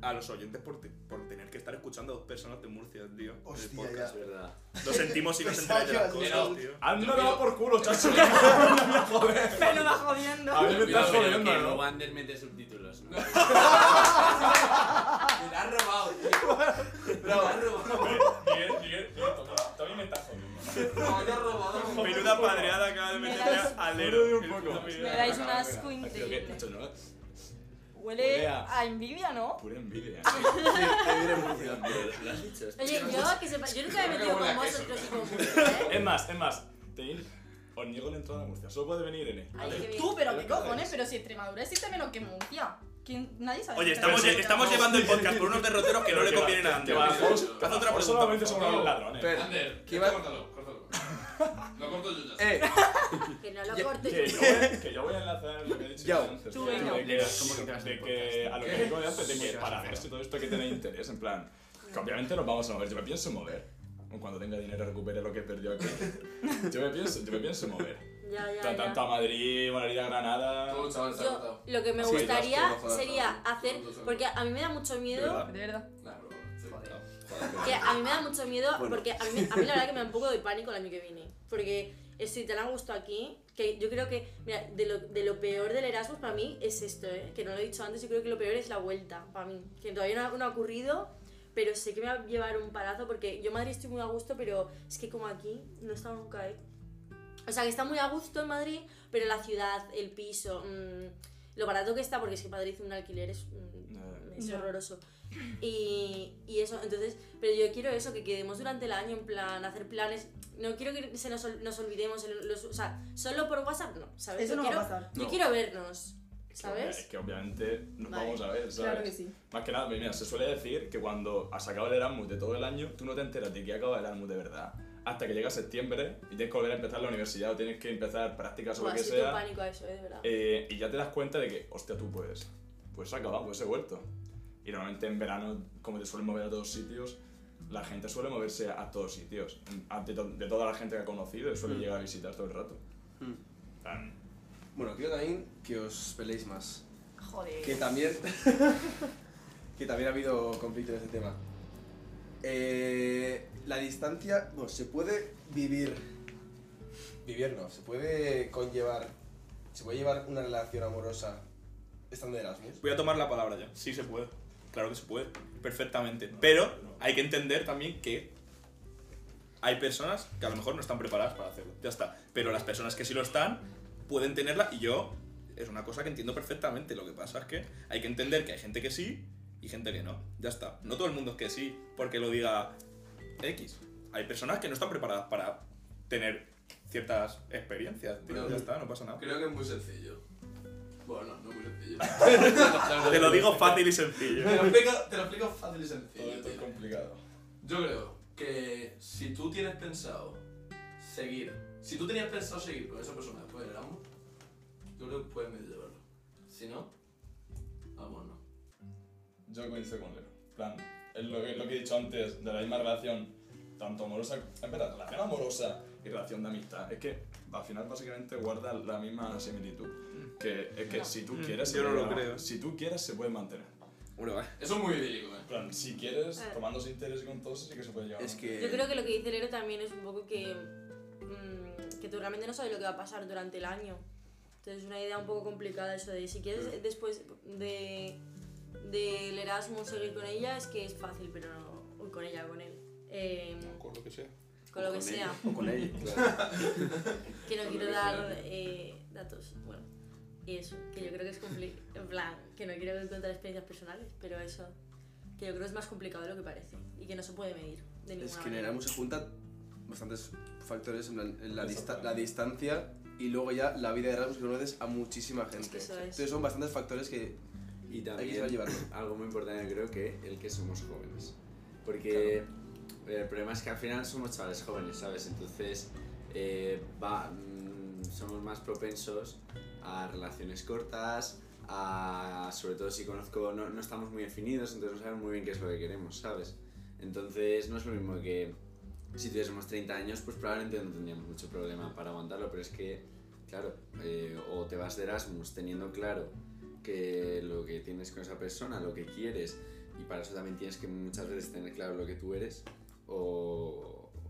[SPEAKER 6] a los oyentes por, te- por tener que estar escuchando a dos personas de Murcia, tío. en el
[SPEAKER 8] Hostia,
[SPEAKER 6] podcast.
[SPEAKER 7] Es verdad.
[SPEAKER 6] Lo sentimos y nos
[SPEAKER 8] Pensaba
[SPEAKER 6] enteráis de
[SPEAKER 8] que
[SPEAKER 6] las
[SPEAKER 8] ibas a
[SPEAKER 6] cosas,
[SPEAKER 3] decir
[SPEAKER 6] tío.
[SPEAKER 1] Anda,
[SPEAKER 3] Yo
[SPEAKER 1] no va por culo, chacho.
[SPEAKER 9] Pero va jodiendo.
[SPEAKER 1] A mí me estás
[SPEAKER 7] Cuidado, pero que
[SPEAKER 1] jodiendo, ¿no?
[SPEAKER 7] luego Ander mete subtítulos,
[SPEAKER 1] [laughs]
[SPEAKER 7] ¿no?
[SPEAKER 3] Me la has robado, tío. Me la has robado.
[SPEAKER 1] Miguel, Miguel, Miguel, también- también me estás jodiendo.
[SPEAKER 3] Me la has robado.
[SPEAKER 6] Menuda padreada acaba de
[SPEAKER 9] Me
[SPEAKER 6] meterle
[SPEAKER 9] das-
[SPEAKER 6] a
[SPEAKER 1] Jodeme
[SPEAKER 6] Lero.
[SPEAKER 1] un poco.
[SPEAKER 6] El-
[SPEAKER 9] Me dais un
[SPEAKER 1] Venga,
[SPEAKER 9] asco
[SPEAKER 1] venga. Creo que
[SPEAKER 9] increíble.
[SPEAKER 1] esto no
[SPEAKER 9] Huele
[SPEAKER 1] Olea.
[SPEAKER 9] a envidia, ¿no?
[SPEAKER 1] Pura envidia.
[SPEAKER 7] Lo has dicho.
[SPEAKER 4] Oye, yo que sepa, yo nunca me he metido
[SPEAKER 3] Creo que huele
[SPEAKER 4] con
[SPEAKER 3] a queso,
[SPEAKER 4] vosotros y con Murcia, ¿eh?
[SPEAKER 1] Es más, es más. Tenéis. Os niego la entrada a Murcia. Solo puede venir Irene.
[SPEAKER 4] Ay, qué bien.
[SPEAKER 9] Tú, pero qué cojones, pero si Extremadura existe menos que Murcia. ¿Quién? Nadie sabe.
[SPEAKER 6] Oye,
[SPEAKER 9] que
[SPEAKER 6] estamos, lle-
[SPEAKER 9] Extremadura-
[SPEAKER 6] estamos llevando el podcast por unos derroteros que no le convienen a
[SPEAKER 1] Que
[SPEAKER 6] Ander.
[SPEAKER 1] va,
[SPEAKER 6] Haz
[SPEAKER 1] que va, que
[SPEAKER 6] otra
[SPEAKER 1] va,
[SPEAKER 6] pregunta.
[SPEAKER 1] Solamente
[SPEAKER 6] por
[SPEAKER 1] son
[SPEAKER 6] favor.
[SPEAKER 1] unos ladrones.
[SPEAKER 2] Espera,
[SPEAKER 3] Ander,
[SPEAKER 2] ¿Qué
[SPEAKER 3] ¿qué
[SPEAKER 2] va-
[SPEAKER 3] córtalo, córtalo. Lo corto yo ya.
[SPEAKER 2] Eh,
[SPEAKER 4] Que no lo
[SPEAKER 2] Yo-
[SPEAKER 1] Que
[SPEAKER 4] cortes.
[SPEAKER 1] yo, voy, que yo voy a enlazar lo que he dicho
[SPEAKER 2] Yao.
[SPEAKER 1] antes.
[SPEAKER 9] Tú,
[SPEAKER 1] de,
[SPEAKER 9] venga.
[SPEAKER 1] que-
[SPEAKER 7] Verás cómo que te vas
[SPEAKER 1] de
[SPEAKER 7] del
[SPEAKER 1] que a lo que
[SPEAKER 3] ¿Qué?
[SPEAKER 1] digo de antes, de que para ver si todo esto que tenéis interés, en plan, que obviamente nos vamos a mover, yo me pienso mover. cuando tenga dinero recupere lo que perdió aquí. yo, me pienso, yo me pienso mover.
[SPEAKER 4] Ya, ya,
[SPEAKER 1] Tanto
[SPEAKER 4] ya.
[SPEAKER 1] a Madrid, Madrid, Granada.
[SPEAKER 3] Todo chaval se ha
[SPEAKER 4] Yo
[SPEAKER 3] matado.
[SPEAKER 4] lo que me
[SPEAKER 1] Sí,
[SPEAKER 4] gustaría
[SPEAKER 3] las cosas,
[SPEAKER 4] sería
[SPEAKER 3] las
[SPEAKER 4] hacer,
[SPEAKER 3] cosas.
[SPEAKER 4] porque a mí me da mucho miedo
[SPEAKER 1] ¿Verdad?
[SPEAKER 9] De verdad.
[SPEAKER 3] Nah, bro, sí.
[SPEAKER 4] [laughs] Que a mí me da mucho miedo
[SPEAKER 8] Bueno.
[SPEAKER 4] porque a mí, a mí la verdad que me da un poco de pánico el año que viene. Porque eh, estoy tan a gusto aquí que yo creo que, mira, de lo, de lo peor del Erasmus para mí es esto, ¿eh? que no lo he dicho antes, yo creo que lo peor es la vuelta para mí. Que todavía no ha, no ha ocurrido, pero sé que me va a llevar un parazo porque yo en Madrid estoy muy a gusto, pero es que como aquí no estaba nunca, ¿eh? O sea, que está muy a gusto en Madrid, pero la ciudad, el piso, mm, lo barato que está, porque es que Madrid un alquiler es, mm,
[SPEAKER 1] Nada.
[SPEAKER 4] es
[SPEAKER 9] Ya.
[SPEAKER 4] horroroso. Y, y eso, entonces, pero yo quiero eso, que quedemos durante el año en plan, hacer planes. No quiero que se nos, ol- nos olvidemos, el- los- o sea, solo por WhatsApp no, ¿sabes?
[SPEAKER 5] Eso
[SPEAKER 4] yo
[SPEAKER 5] no va a
[SPEAKER 4] quiero,
[SPEAKER 5] pasar.
[SPEAKER 4] yo
[SPEAKER 6] No.
[SPEAKER 4] quiero vernos,
[SPEAKER 1] Es
[SPEAKER 4] ¿sabes?
[SPEAKER 1] que obviamente nos
[SPEAKER 4] Vale.
[SPEAKER 1] vamos a ver, ¿sabes?
[SPEAKER 5] Claro que sí.
[SPEAKER 1] Más que nada, mira, se suele decir que cuando has acabado el Erasmus de todo el año, tú no te enteras de que acaba el Erasmus de verdad. Hasta que llega septiembre y tienes que volver a empezar la universidad o tienes que empezar prácticas o
[SPEAKER 4] Buah,
[SPEAKER 1] lo que
[SPEAKER 4] sí, tengo
[SPEAKER 1] sea.
[SPEAKER 4] pánico a eso, eh, de verdad.
[SPEAKER 1] eh, y ya te das cuenta de que, hostia, tú puedes. Pues se ha acabado, pues he vuelto. Y normalmente en verano, como te suelen mover a todos sitios, la gente suele moverse a todos sitios. A- De, to- de toda la gente que ha conocido,
[SPEAKER 4] Mm.
[SPEAKER 1] suele llegar a visitar todo el rato.
[SPEAKER 8] Mm.
[SPEAKER 1] Tan-
[SPEAKER 8] Bueno, quiero también que os peleéis más.
[SPEAKER 4] Joder.
[SPEAKER 8] Que también. [laughs] que también ha habido conflicto en este tema. Eh, la distancia. Bueno, se puede vivir. Vivir no, se puede conllevar. Se puede llevar una relación amorosa estando de Erasmus.
[SPEAKER 6] Voy a tomar la palabra ya. Sí se puede. Claro que se puede. Perfectamente. Pero hay que entender también que hay personas que a lo mejor no están preparadas para hacerlo. Ya está. Pero las personas que sí lo están pueden tenerla y yo es una cosa que entiendo perfectamente. Lo que pasa es que hay que entender que hay gente que sí y gente que no. Ya está. No todo el mundo es que sí porque lo diga X. Hay personas que no están preparadas para tener ciertas experiencias. tío.
[SPEAKER 3] Bueno,
[SPEAKER 6] ya está, no pasa nada.
[SPEAKER 3] Creo que es muy sencillo. Bueno, no
[SPEAKER 1] [laughs]
[SPEAKER 3] muy sencillo.
[SPEAKER 6] Te lo digo fácil y sencillo.
[SPEAKER 3] Te lo explico, te lo explico fácil y sencillo. tío.
[SPEAKER 1] complicado.
[SPEAKER 3] Yo creo que si tú tienes pensado seguir, si tú tenías pensado seguir con esa persona después del Erasmus, yo creo que puedes medio llevarlo. Si no, vámonos.
[SPEAKER 1] Yo coincido con Leo. plan, es lo que, lo que he dicho antes, de la misma relación, tanto amorosa, en verdad, relación amorosa y relación de amistad. Es que al final básicamente guarda la misma similitud. Que es que si tú
[SPEAKER 6] Mm,
[SPEAKER 1] quieres, se
[SPEAKER 6] yo no lo
[SPEAKER 1] puede-
[SPEAKER 6] creo.
[SPEAKER 1] Si tú quieres, se puede mantener.
[SPEAKER 6] Bueno, va.
[SPEAKER 3] Eso es muy idílico, eh.
[SPEAKER 1] En plan, si quieres, tomándose interés con todos, sí que se puede llevar.
[SPEAKER 8] Es que.
[SPEAKER 4] Yo creo que lo que dice Lero también es un poco que, mm, que tú realmente no sabes lo que va a pasar durante el año. Entonces es una idea un poco complicada eso de si quieres eh, después de del Erasmus seguir con ella es que es fácil, pero no uy, con ella, con él. Eh,
[SPEAKER 6] Con lo que sea.
[SPEAKER 4] con lo que
[SPEAKER 7] Con ella.
[SPEAKER 4] sea,
[SPEAKER 8] O con [laughs] él.
[SPEAKER 4] que no
[SPEAKER 3] Con lo
[SPEAKER 4] quiero
[SPEAKER 3] que
[SPEAKER 4] dar
[SPEAKER 3] sea.
[SPEAKER 4] eh, datos. Bueno, y eso, que yo creo que es complicado. En plan, que no quiero contar experiencias personales, pero eso, que yo creo que es más complicado de lo que parece y que no se puede medir de ninguna
[SPEAKER 8] Es que en
[SPEAKER 4] manera.
[SPEAKER 8] Erasmus se juntan bastantes factores, en plan, en la,
[SPEAKER 1] Eso,
[SPEAKER 8] dista-
[SPEAKER 1] claro.
[SPEAKER 8] la distancia y luego ya la vida de Erasmus que conoces a muchísima gente.
[SPEAKER 4] Es que eso es.
[SPEAKER 8] Entonces son bastantes factores que
[SPEAKER 7] Y
[SPEAKER 8] hay que saber
[SPEAKER 7] también
[SPEAKER 8] llevarlo.
[SPEAKER 7] algo muy importante creo que el que somos jóvenes. Porque eh, el problema es que al final somos chavales jóvenes, ¿sabes? Entonces eh, va- mm, somos más propensos a relaciones cortas, a, sobre todo si conozco, no, no estamos muy definidos, entonces no sabemos muy bien qué es lo que queremos, ¿sabes? Entonces no es lo mismo que si tuviésemos 30 años, pues probablemente no tendríamos mucho problema para aguantarlo, pero es que, claro, eh, o te vas de Erasmus teniendo claro que lo que tienes con esa persona, lo que quieres, y para eso también tienes que muchas veces tener claro lo que tú eres, o,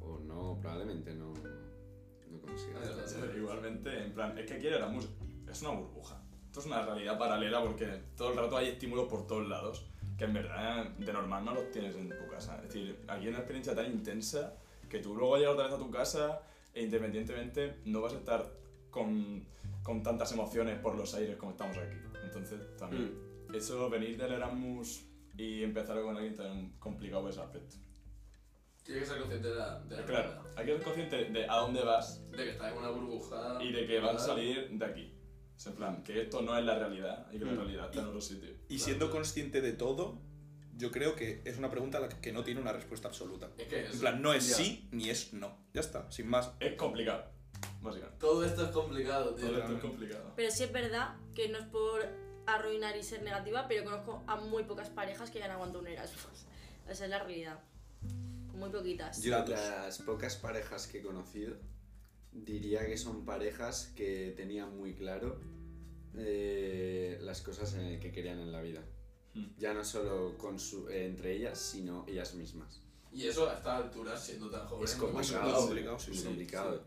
[SPEAKER 7] o no, probablemente no, no consigas.
[SPEAKER 3] Claro.
[SPEAKER 1] Pero igualmente, en plan, es que aquí el Erasmus es una burbuja. Esto es una realidad paralela porque todo el rato hay estímulos por todos lados que en verdad de normal no los tienes en tu casa. Es decir, aquí hay una experiencia tan intensa que tú luego llegas otra vez a tu casa e independientemente no vas a estar con, con tantas emociones por los aires como estamos aquí. Entonces, también, eso venir del Erasmus y empezar con alguien tan complicado por ese aspecto.
[SPEAKER 3] Tienes que ser consciente de la, de la
[SPEAKER 1] Claro,
[SPEAKER 3] realidad.
[SPEAKER 1] hay que ser consciente de a dónde vas
[SPEAKER 3] De que estás en una burbuja.
[SPEAKER 1] y de que van a
[SPEAKER 3] ¿verdad?
[SPEAKER 1] salir de aquí. Es en plan, que esto no es la realidad y que la realidad está en otro sitio.
[SPEAKER 6] Y siendo consciente de todo, yo creo que es una pregunta a la que no tiene una respuesta absoluta.
[SPEAKER 3] Es que
[SPEAKER 6] En
[SPEAKER 3] eso-
[SPEAKER 6] plan, no es
[SPEAKER 8] Ya.
[SPEAKER 6] sí ni es no. Ya está, sin más.
[SPEAKER 1] Es complicado, básicamente.
[SPEAKER 3] todo esto es
[SPEAKER 1] Todo
[SPEAKER 3] complicado, tío.
[SPEAKER 1] esto es
[SPEAKER 6] Literalmente.
[SPEAKER 1] complicado.
[SPEAKER 4] Pero sí es verdad que no es por arruinar y ser negativa, pero conozco a muy pocas parejas que hayan aguantado un Erasmus. Esa es la realidad. muy poquitas.
[SPEAKER 7] Yo las pocas parejas que he conocido diría que son parejas que tenían muy claro eh, las cosas en el que querían en la vida. Ya no solo con su- eh, entre ellas, sino ellas mismas.
[SPEAKER 3] Y eso a estas alturas, siendo tan joven,
[SPEAKER 7] Es
[SPEAKER 3] muy
[SPEAKER 7] complicado.
[SPEAKER 3] Pues complicado.
[SPEAKER 7] Es complicado.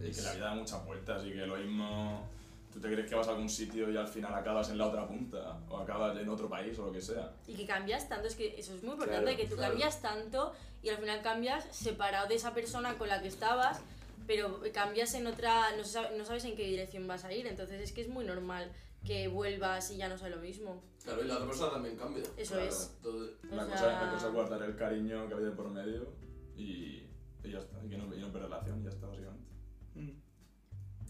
[SPEAKER 1] Y que la vida da muchas vueltas y que lo mismo. Tú te crees que vas a algún sitio y al final acabas en la otra punta o acabas en otro país o lo que sea.
[SPEAKER 4] Y que cambias tanto, es que eso es muy importante,
[SPEAKER 1] Claro,
[SPEAKER 4] que tú
[SPEAKER 1] claro.
[SPEAKER 4] cambias tanto y al final cambias separado de esa persona con la que estabas, pero cambias en otra, no, se sabe- no sabes en qué dirección vas a ir, entonces es que es muy normal que vuelvas y ya no sea lo mismo.
[SPEAKER 3] Claro, y la otra persona también cambia.
[SPEAKER 4] Eso
[SPEAKER 3] Claro,
[SPEAKER 4] es.
[SPEAKER 3] todo-
[SPEAKER 1] La,
[SPEAKER 4] O
[SPEAKER 1] cosa,
[SPEAKER 4] sea-
[SPEAKER 1] la cosa es guardar el cariño que ha habido por medio y, y ya está. Y que no, y no perder relación, y ya está, básicamente.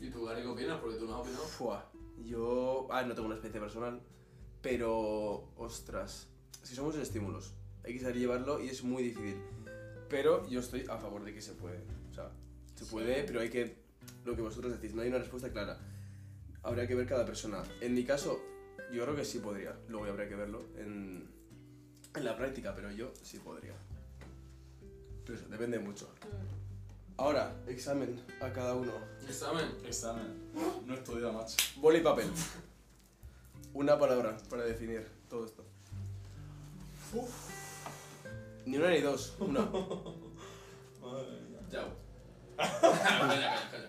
[SPEAKER 3] ¿Y tú, Gary, qué opinas? Porque tú no has opinado.
[SPEAKER 2] Fua. Yo. Ah, no tengo una experiencia personal. Pero. Ostras. Si somos estímulos. Hay que saber llevarlo y es muy difícil. Pero yo estoy a favor de que se puede. O sea, se puede, pero hay que. Lo que vosotros decís, no hay una respuesta clara. Habría que ver cada persona. En mi caso, yo creo que sí podría. Luego ya habría que verlo en, en la práctica, pero yo sí podría. Pero eso depende mucho. Ahora, examen a cada uno.
[SPEAKER 3] Examen.
[SPEAKER 1] Examen. No he estudiado, macho.
[SPEAKER 2] Bola y papel. Una palabra para definir todo esto. Ni una ni dos,
[SPEAKER 1] [laughs]
[SPEAKER 2] una.
[SPEAKER 3] Chao. calla, calla, calla, calla.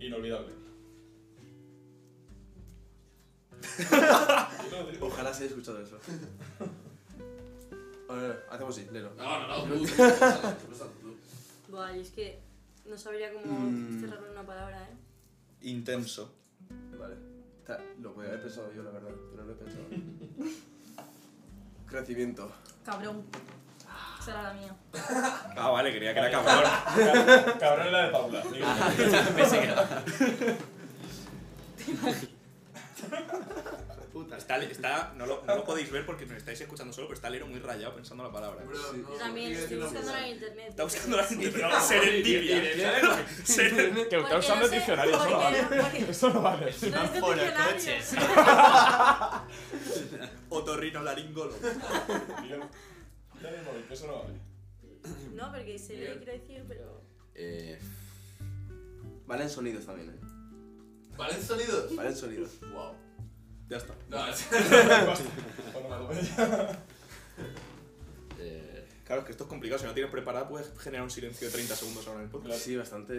[SPEAKER 1] Inolvidable.
[SPEAKER 2] Ojalá se haya escuchado eso. A ver, hacemos así, léelo.
[SPEAKER 3] No, no, no, tú, tú, tú, tú,
[SPEAKER 4] Buah, y es que no sabría cómo
[SPEAKER 6] Mm.
[SPEAKER 4] cerrar con una palabra, ¿eh?
[SPEAKER 6] Intenso.
[SPEAKER 2] Vale. Está- Lo podía haber pensado yo, la verdad, pero no lo he pensado. Crecimiento.
[SPEAKER 9] Cabrón. Esa era la mía.
[SPEAKER 6] Ah, vale, creía que era cabrón.
[SPEAKER 1] Cabrón, cabrón es la de [laughs] Paula.
[SPEAKER 7] Pensé que era-
[SPEAKER 6] Puta, [laughs] está, está, no, lo, no lo podéis ver porque me estáis escuchando solo, pero está Lero muy rayado pensando la palabra. ¿eh?
[SPEAKER 3] Bro,
[SPEAKER 6] Sí.
[SPEAKER 3] no,
[SPEAKER 4] Yo también
[SPEAKER 3] tienes
[SPEAKER 4] estoy
[SPEAKER 3] una
[SPEAKER 4] buscando
[SPEAKER 3] cosa.
[SPEAKER 4] en internet.
[SPEAKER 6] Está buscando la pero serendipia. [laughs] Seren-
[SPEAKER 1] Que está usando el diccionario, eso no [laughs] vale. Eso no vale.
[SPEAKER 4] No es
[SPEAKER 7] Foro,
[SPEAKER 4] diccionario.
[SPEAKER 7] coches.
[SPEAKER 6] Otorrinolaringólogo.
[SPEAKER 1] Miguel, dale el móvil, que eso no vale.
[SPEAKER 4] [laughs] No, porque se le quiero decir, pero...
[SPEAKER 7] Eh,
[SPEAKER 2] Valen sonidos también, eh.
[SPEAKER 3] ¿Valen sonidos?
[SPEAKER 2] Valen sonidos.
[SPEAKER 3] Wow.
[SPEAKER 2] Ya está.
[SPEAKER 3] [laughs] No, es...
[SPEAKER 7] eh,
[SPEAKER 6] Claro, es que esto es complicado. Si no tienes preparado, puedes generar un silencio de 30 segundos ahora en el podcast.
[SPEAKER 2] Sí, bastante.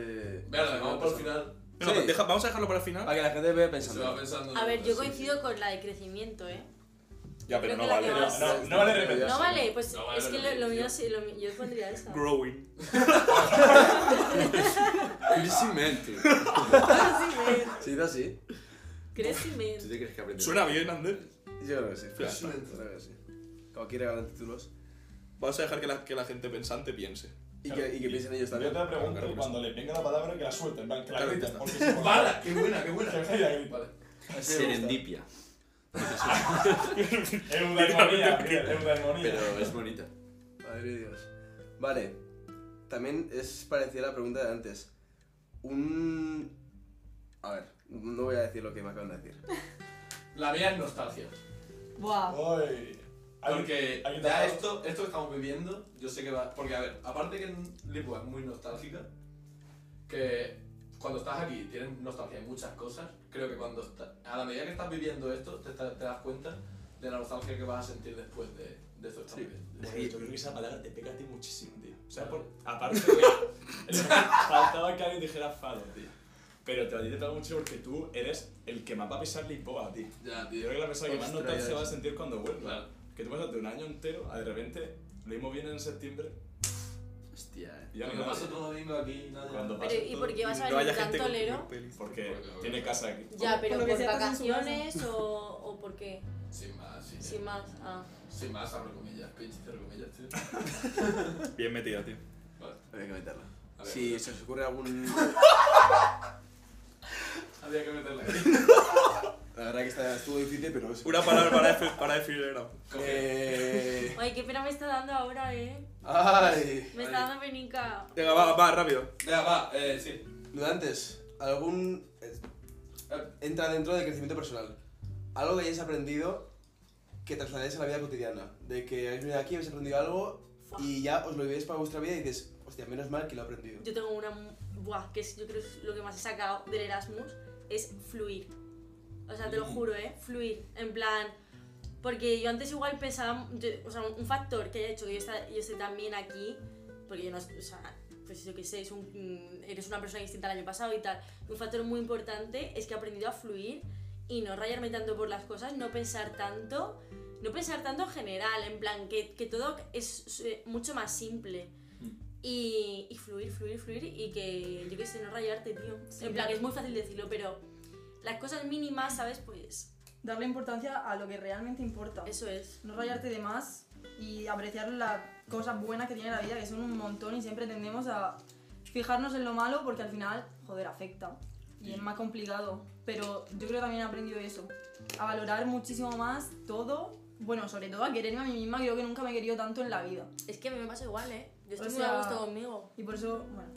[SPEAKER 3] Venga, vamos por el final.
[SPEAKER 6] No,
[SPEAKER 2] Sí.
[SPEAKER 6] deja- vamos a dejarlo para el final.
[SPEAKER 2] Para que la gente vea
[SPEAKER 3] Se va
[SPEAKER 2] pensando.
[SPEAKER 3] pensando.
[SPEAKER 4] A ver, yo
[SPEAKER 3] Sí,
[SPEAKER 4] coincido con la de crecimiento, ¿eh?
[SPEAKER 6] Ya, pero
[SPEAKER 4] Creo
[SPEAKER 6] no
[SPEAKER 4] que la
[SPEAKER 6] vale.
[SPEAKER 4] que más-
[SPEAKER 1] No, no vale repetir.
[SPEAKER 4] No vale, pues
[SPEAKER 3] No vale
[SPEAKER 4] es que
[SPEAKER 3] lo
[SPEAKER 4] lo, lo
[SPEAKER 3] que
[SPEAKER 4] mío
[SPEAKER 3] yo-
[SPEAKER 4] sí, lo mío- yo pondría esa.
[SPEAKER 6] Growing.
[SPEAKER 4] [laughs]
[SPEAKER 7] Curiosamente.
[SPEAKER 4] Crecimiento.
[SPEAKER 2] ¿Sí dice así?
[SPEAKER 4] Crecimiento.
[SPEAKER 7] ¿Tú te crees que aprendes?
[SPEAKER 6] Suena bien, Ander.
[SPEAKER 2] Yo creo que sí.
[SPEAKER 6] Pues sí.
[SPEAKER 2] Yo creo que sí. Como aquí regalan títulos.
[SPEAKER 6] Vamos a dejar que la, que la gente pensante piense.
[SPEAKER 2] Y que, y que piensen ellos
[SPEAKER 1] Yo
[SPEAKER 2] también.
[SPEAKER 1] te pregunto
[SPEAKER 6] Claro, claro.
[SPEAKER 1] cuando le venga la palabra que la suelten, en plan, que la
[SPEAKER 6] Claro,
[SPEAKER 1] griten,
[SPEAKER 6] ya está.
[SPEAKER 1] porque si por la-
[SPEAKER 3] ¡Vala! ¡Qué buena, qué
[SPEAKER 1] [laughs]
[SPEAKER 3] buena!
[SPEAKER 1] Que vaya ahí.
[SPEAKER 3] Vale.
[SPEAKER 2] Así me gusta.
[SPEAKER 7] Serendipia.
[SPEAKER 1] Eudaimonia, Miguel, eudaimonia.
[SPEAKER 7] Pero es bonita.
[SPEAKER 2] Madre de Dios. Vale. También es parecida a la pregunta de antes. Un. A ver, no voy a decir lo que me acaban de decir.
[SPEAKER 3] La mía es nostalgia.
[SPEAKER 9] Buah.
[SPEAKER 1] Oh. Uy. Hay-
[SPEAKER 3] Porque
[SPEAKER 1] hay que
[SPEAKER 3] ya
[SPEAKER 1] tapar-
[SPEAKER 3] esto, esto que estamos viviendo, yo sé que va. Porque, a ver, aparte que Lipua es muy nostálgica, que cuando estás aquí tienes nostalgia de muchas cosas, creo que cuando está- a la medida que estás viviendo esto, te, estás- te das cuenta de la nostalgia que vas a sentir después de, de esto que estamos viviendo.
[SPEAKER 1] Bueno, yo creo que esa palabra te pega a ti muchísimo, tío. O sea, por, aparte de que faltaba que alguien dijera fado, tío. Pero te, a ti te pega mucho porque tú eres el que más va a pisar Lisboa, tío.
[SPEAKER 3] Ya,
[SPEAKER 1] Yo
[SPEAKER 3] tío.
[SPEAKER 1] creo que la persona que más
[SPEAKER 2] Ostras,
[SPEAKER 1] nota
[SPEAKER 2] ya
[SPEAKER 1] se va a
[SPEAKER 2] ves.
[SPEAKER 1] sentir cuando vuelva.
[SPEAKER 3] Claro.
[SPEAKER 1] Que tú pasas de un año entero a de repente, lo mismo viene en septiembre
[SPEAKER 7] Hostia, eh.
[SPEAKER 1] y ya
[SPEAKER 3] Lo
[SPEAKER 1] no
[SPEAKER 3] que pasa
[SPEAKER 1] pasa
[SPEAKER 3] todo domingo aquí, nada.
[SPEAKER 1] Cuando pasa
[SPEAKER 4] Pero, ¿Y
[SPEAKER 1] todo-
[SPEAKER 4] por qué vas a
[SPEAKER 6] No haya
[SPEAKER 4] venir tan
[SPEAKER 6] gente con
[SPEAKER 4] tolero?
[SPEAKER 6] peli.
[SPEAKER 1] Porque
[SPEAKER 3] Porque-
[SPEAKER 1] tiene casa aquí.
[SPEAKER 4] Ya, pero por,
[SPEAKER 5] Por lo que sea, estás en su
[SPEAKER 4] vacaciones o, o por qué?
[SPEAKER 3] Sin más, sin,
[SPEAKER 4] Sin más. Ah.
[SPEAKER 3] sin más, abro comillas, pinche y cierro comillas, tío.
[SPEAKER 6] Bien metida, tío.
[SPEAKER 3] Vale.
[SPEAKER 2] Había que meterla.
[SPEAKER 3] A ver.
[SPEAKER 2] Si se os ocurre algún.
[SPEAKER 3] Había que meterla aquí.
[SPEAKER 2] La verdad que esta estuvo difícil, pero es.
[SPEAKER 6] Una palabra para, defi- para definir el grado.
[SPEAKER 2] Eh...
[SPEAKER 4] Ay, qué pena me está dando ahora, ¿eh?
[SPEAKER 2] Ay.
[SPEAKER 4] Me está dando penica.
[SPEAKER 6] Venga, va, va, rápido.
[SPEAKER 3] Venga, va, eh, sí.
[SPEAKER 2] Dudantes, algún. eh, Entra dentro del crecimiento personal. Algo que hayáis aprendido
[SPEAKER 8] que trasladáis a la vida cotidiana. De que habéis venido aquí, habéis aprendido algo y ya os lo lleváis para vuestra vida y dices, hostia, menos mal que lo he aprendido.
[SPEAKER 4] Yo tengo una. mu- Buah, que es, yo creo que es lo que más he sacado del Erasmus es fluir. O sea, te lo juro, ¿eh? Fluir. En plan. Porque yo antes igual pensaba. yo- o sea, un factor que haya hecho que yo, esta- yo esté también aquí. Porque yo no. O sea, pues yo qué sé, es un- mm, eres una persona distinta al año pasado y tal. Un factor muy importante es que he aprendido a fluir y no rayarme tanto por las cosas, no pensar tanto. No pensar tanto en general, en plan, que, que todo es eh, mucho más simple. Y, y fluir, fluir, fluir y que, yo qué sé, no rayarte, tío. en plan, que es muy fácil decirlo, pero las cosas mínimas, ¿sabes? Pues
[SPEAKER 5] Darle importancia a lo que realmente importa.
[SPEAKER 4] eso es.
[SPEAKER 5] No rayarte de más y apreciar las cosas buenas que tiene la vida, que son un montón y siempre tendemos a fijarnos en lo malo porque al final, joder, afecta. Y es más complicado. Pero yo creo que también he aprendido eso. A valorar muchísimo más todo. Bueno, sobre todo a quererme a mí misma, creo que nunca me he querido tanto en la vida.
[SPEAKER 4] Es que a mí me pasa igual, ¿eh? Yo estoy
[SPEAKER 5] O
[SPEAKER 4] muy
[SPEAKER 5] sea-
[SPEAKER 4] a gusto conmigo.
[SPEAKER 5] Y por eso, bueno.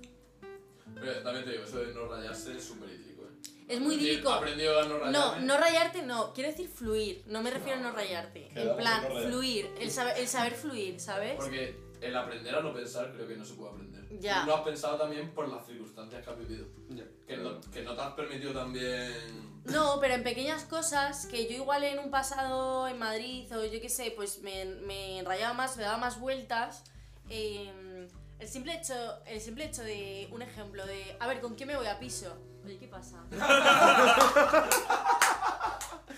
[SPEAKER 3] Pero también te digo, eso de no rayarse es súper idílico, ¿eh?
[SPEAKER 4] Es muy
[SPEAKER 3] Aprendí-
[SPEAKER 4] idílico.
[SPEAKER 3] Aprendió a no
[SPEAKER 4] No,
[SPEAKER 3] rayarme.
[SPEAKER 4] no rayarte, no. Quiero decir fluir. No me refiero a no rayarte.
[SPEAKER 1] Quedamos
[SPEAKER 4] En
[SPEAKER 1] en
[SPEAKER 4] plan,
[SPEAKER 1] no rayar.
[SPEAKER 4] fluir. El saber, el saber fluir, ¿sabes?
[SPEAKER 3] Porque el aprender a no pensar creo que no se puede aprender.
[SPEAKER 4] Ya.
[SPEAKER 3] No has pensado también por las circunstancias que has vivido.
[SPEAKER 8] Ya.
[SPEAKER 3] Que no, que no te has permitido también...
[SPEAKER 4] No, pero en pequeñas cosas que yo igual en un pasado en Madrid o yo qué sé, pues me, me rayaba más, me daba más vueltas. eh, el, simple hecho, el simple hecho de un ejemplo de, a ver, ¿con quién me voy a piso? Oye, ¿qué pasa?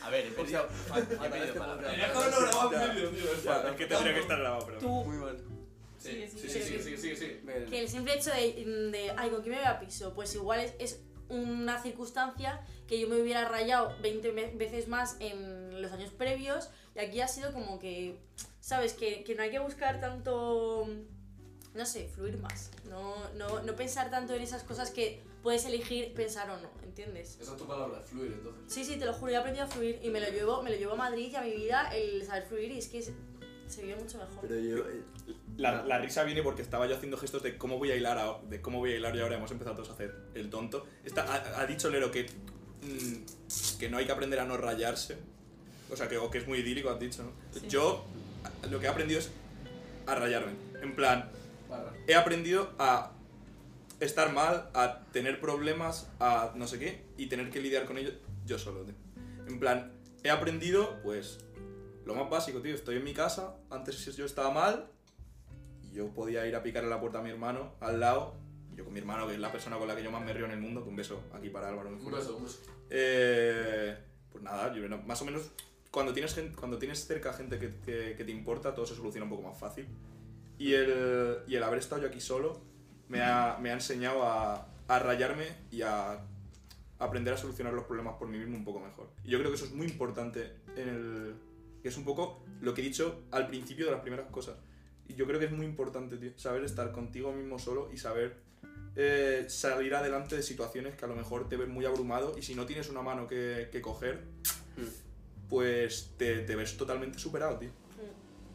[SPEAKER 1] A ver, he
[SPEAKER 2] O sea,
[SPEAKER 1] perdido- [laughs]
[SPEAKER 2] fatal
[SPEAKER 1] pedido
[SPEAKER 2] este
[SPEAKER 1] palabra.
[SPEAKER 2] programa.
[SPEAKER 3] Tenías que haberlo grabado en vídeo, tío. o sea,
[SPEAKER 6] Es que tendría que estar grabado, pero.
[SPEAKER 5] Tú,
[SPEAKER 2] Muy mal.
[SPEAKER 3] Sí,
[SPEAKER 5] Sigue,
[SPEAKER 3] sí,
[SPEAKER 5] sigue,
[SPEAKER 3] sí, sí,
[SPEAKER 5] sigue.
[SPEAKER 3] sí, sí, sí.
[SPEAKER 2] Ven.
[SPEAKER 4] Que el simple hecho de, de, ay, ¿con quién me voy a piso? Pues igual es, es una circunstancia que yo me hubiera rayado 20 me- veces más en los años previos y aquí ha sido como que, ¿sabes? Que, que no hay que buscar tanto, no sé, fluir más, no, no, no pensar tanto en esas cosas que puedes elegir pensar o no, ¿entiendes?
[SPEAKER 3] Esa es tu palabra, fluir, entonces.
[SPEAKER 4] Sí, sí, te lo juro, he aprendido a fluir y me lo llevo, me lo llevo a Madrid y a mi vida el saber fluir y es que se, se vive mucho mejor.
[SPEAKER 2] Pero yo.
[SPEAKER 6] La, la risa viene porque estaba yo haciendo gestos de cómo voy a hilar ahora, de cómo voy a hilar y ahora hemos empezado todos a hacer el tonto. Está, ha, ha dicho Lero que, mm, que no hay que aprender a no rayarse. O sea, que, o que es muy idílico, has dicho, ¿no?
[SPEAKER 5] Sí.
[SPEAKER 6] Yo a- lo que he aprendido es a rayarme. En plan,
[SPEAKER 3] Barra.
[SPEAKER 6] he aprendido a estar mal, a tener problemas, a no sé qué, y tener que lidiar con ellos yo solo, tío. En plan, he aprendido, pues, lo más básico, tío. Estoy en mi casa, antes yo estaba mal, y yo podía ir a picar a la puerta a mi hermano, al lado, y yo con mi hermano, que es la persona con la que yo más me río en el mundo, que un beso aquí para Álvaro. me
[SPEAKER 3] Un
[SPEAKER 6] juro.
[SPEAKER 3] beso, un beso.
[SPEAKER 6] Eh, pues nada, yo no- más o menos cuando tienes, gen- cuando tienes cerca gente que, que- que te importa, todo se soluciona un poco más fácil. Y el, y el haber estado yo aquí solo me ha, me ha enseñado a, a rayarme y a aprender a solucionar los problemas por mí mismo un poco mejor. Y yo creo que eso es muy importante en el... que es un poco lo que he dicho al principio de las primeras cosas. Y yo creo que es muy importante, tío, saber estar contigo mismo solo y saber eh, salir adelante de situaciones que a lo mejor te ven muy abrumado y si no tienes una mano que, que coger, Hmm. pues te, te ves totalmente superado, tío.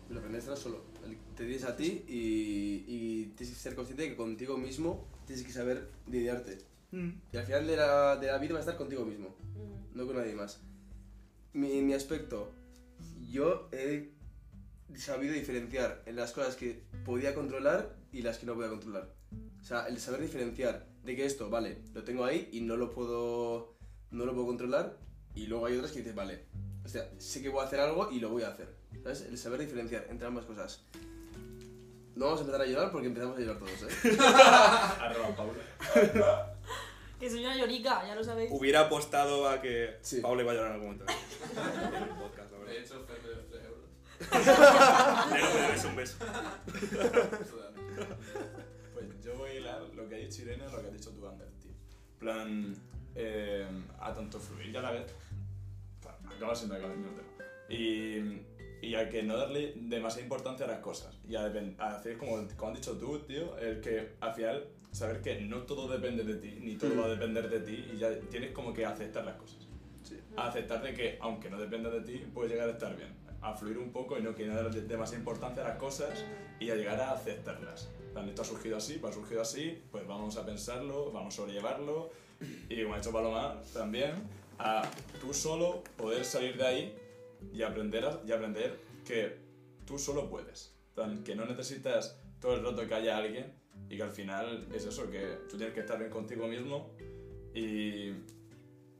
[SPEAKER 8] Lo aprendes estar solo. El- Te tienes a ti y, y tienes que ser consciente de que contigo mismo tienes que saber lidiarte. Y al final de la, de la vida vas a estar contigo mismo,
[SPEAKER 4] Mm.
[SPEAKER 8] no con nadie más. Mi, mi aspecto, yo he sabido diferenciar en las cosas que podía controlar y las que no podía controlar. O sea, el saber diferenciar de que esto, vale, lo tengo ahí y no lo puedo, no lo puedo controlar. Y luego hay otras que dices, vale, o sea, sé que voy a hacer algo y lo voy a hacer. ¿Sabes? El saber diferenciar entre ambas cosas. No vamos a empezar a llorar porque empezamos a llorar todos, ¿eh?
[SPEAKER 1] Arroba, Paula.
[SPEAKER 5] Que soy una llorica, ya lo sabéis.
[SPEAKER 6] Hubiera apostado a que
[SPEAKER 8] Sí.
[SPEAKER 6] Pablo iba a llorar en algún momento. [laughs] En el podcast, la
[SPEAKER 3] De
[SPEAKER 6] verdad.
[SPEAKER 3] hecho, fue medio 3 euros.
[SPEAKER 6] Pero me debes un beso.
[SPEAKER 3] Eso da.
[SPEAKER 1] Pues yo voy a hilar lo que ha dicho Irene a lo que has dicho tú, Ander, tío. plan, eh, a tanto fluir ya a la vez, pa, acaba siendo acaba siendo otro. Y, y a que no darle demasiada importancia a las cosas. Y a, depen- a hacer como, como has dicho tú, tío, el que al final saber que no todo depende de ti, ni todo va a depender de ti, y ya tienes como que aceptar las cosas.
[SPEAKER 8] Sí.
[SPEAKER 1] Aceptar de que, aunque no dependa de ti, puedes llegar a estar bien. A fluir un poco y no que no darle demasiada importancia a las cosas y a llegar a aceptarlas. En plan, Esto ha surgido así, pues ha surgido así, pues vamos a pensarlo, vamos a sobrellevarlo, y como ha hecho Paloma también, a tú solo poder salir de ahí y aprender, a- y aprender que tú solo puedes. Tan, que no necesitas todo el rato que haya alguien y que al final es eso, que tú tienes que estar bien contigo mismo y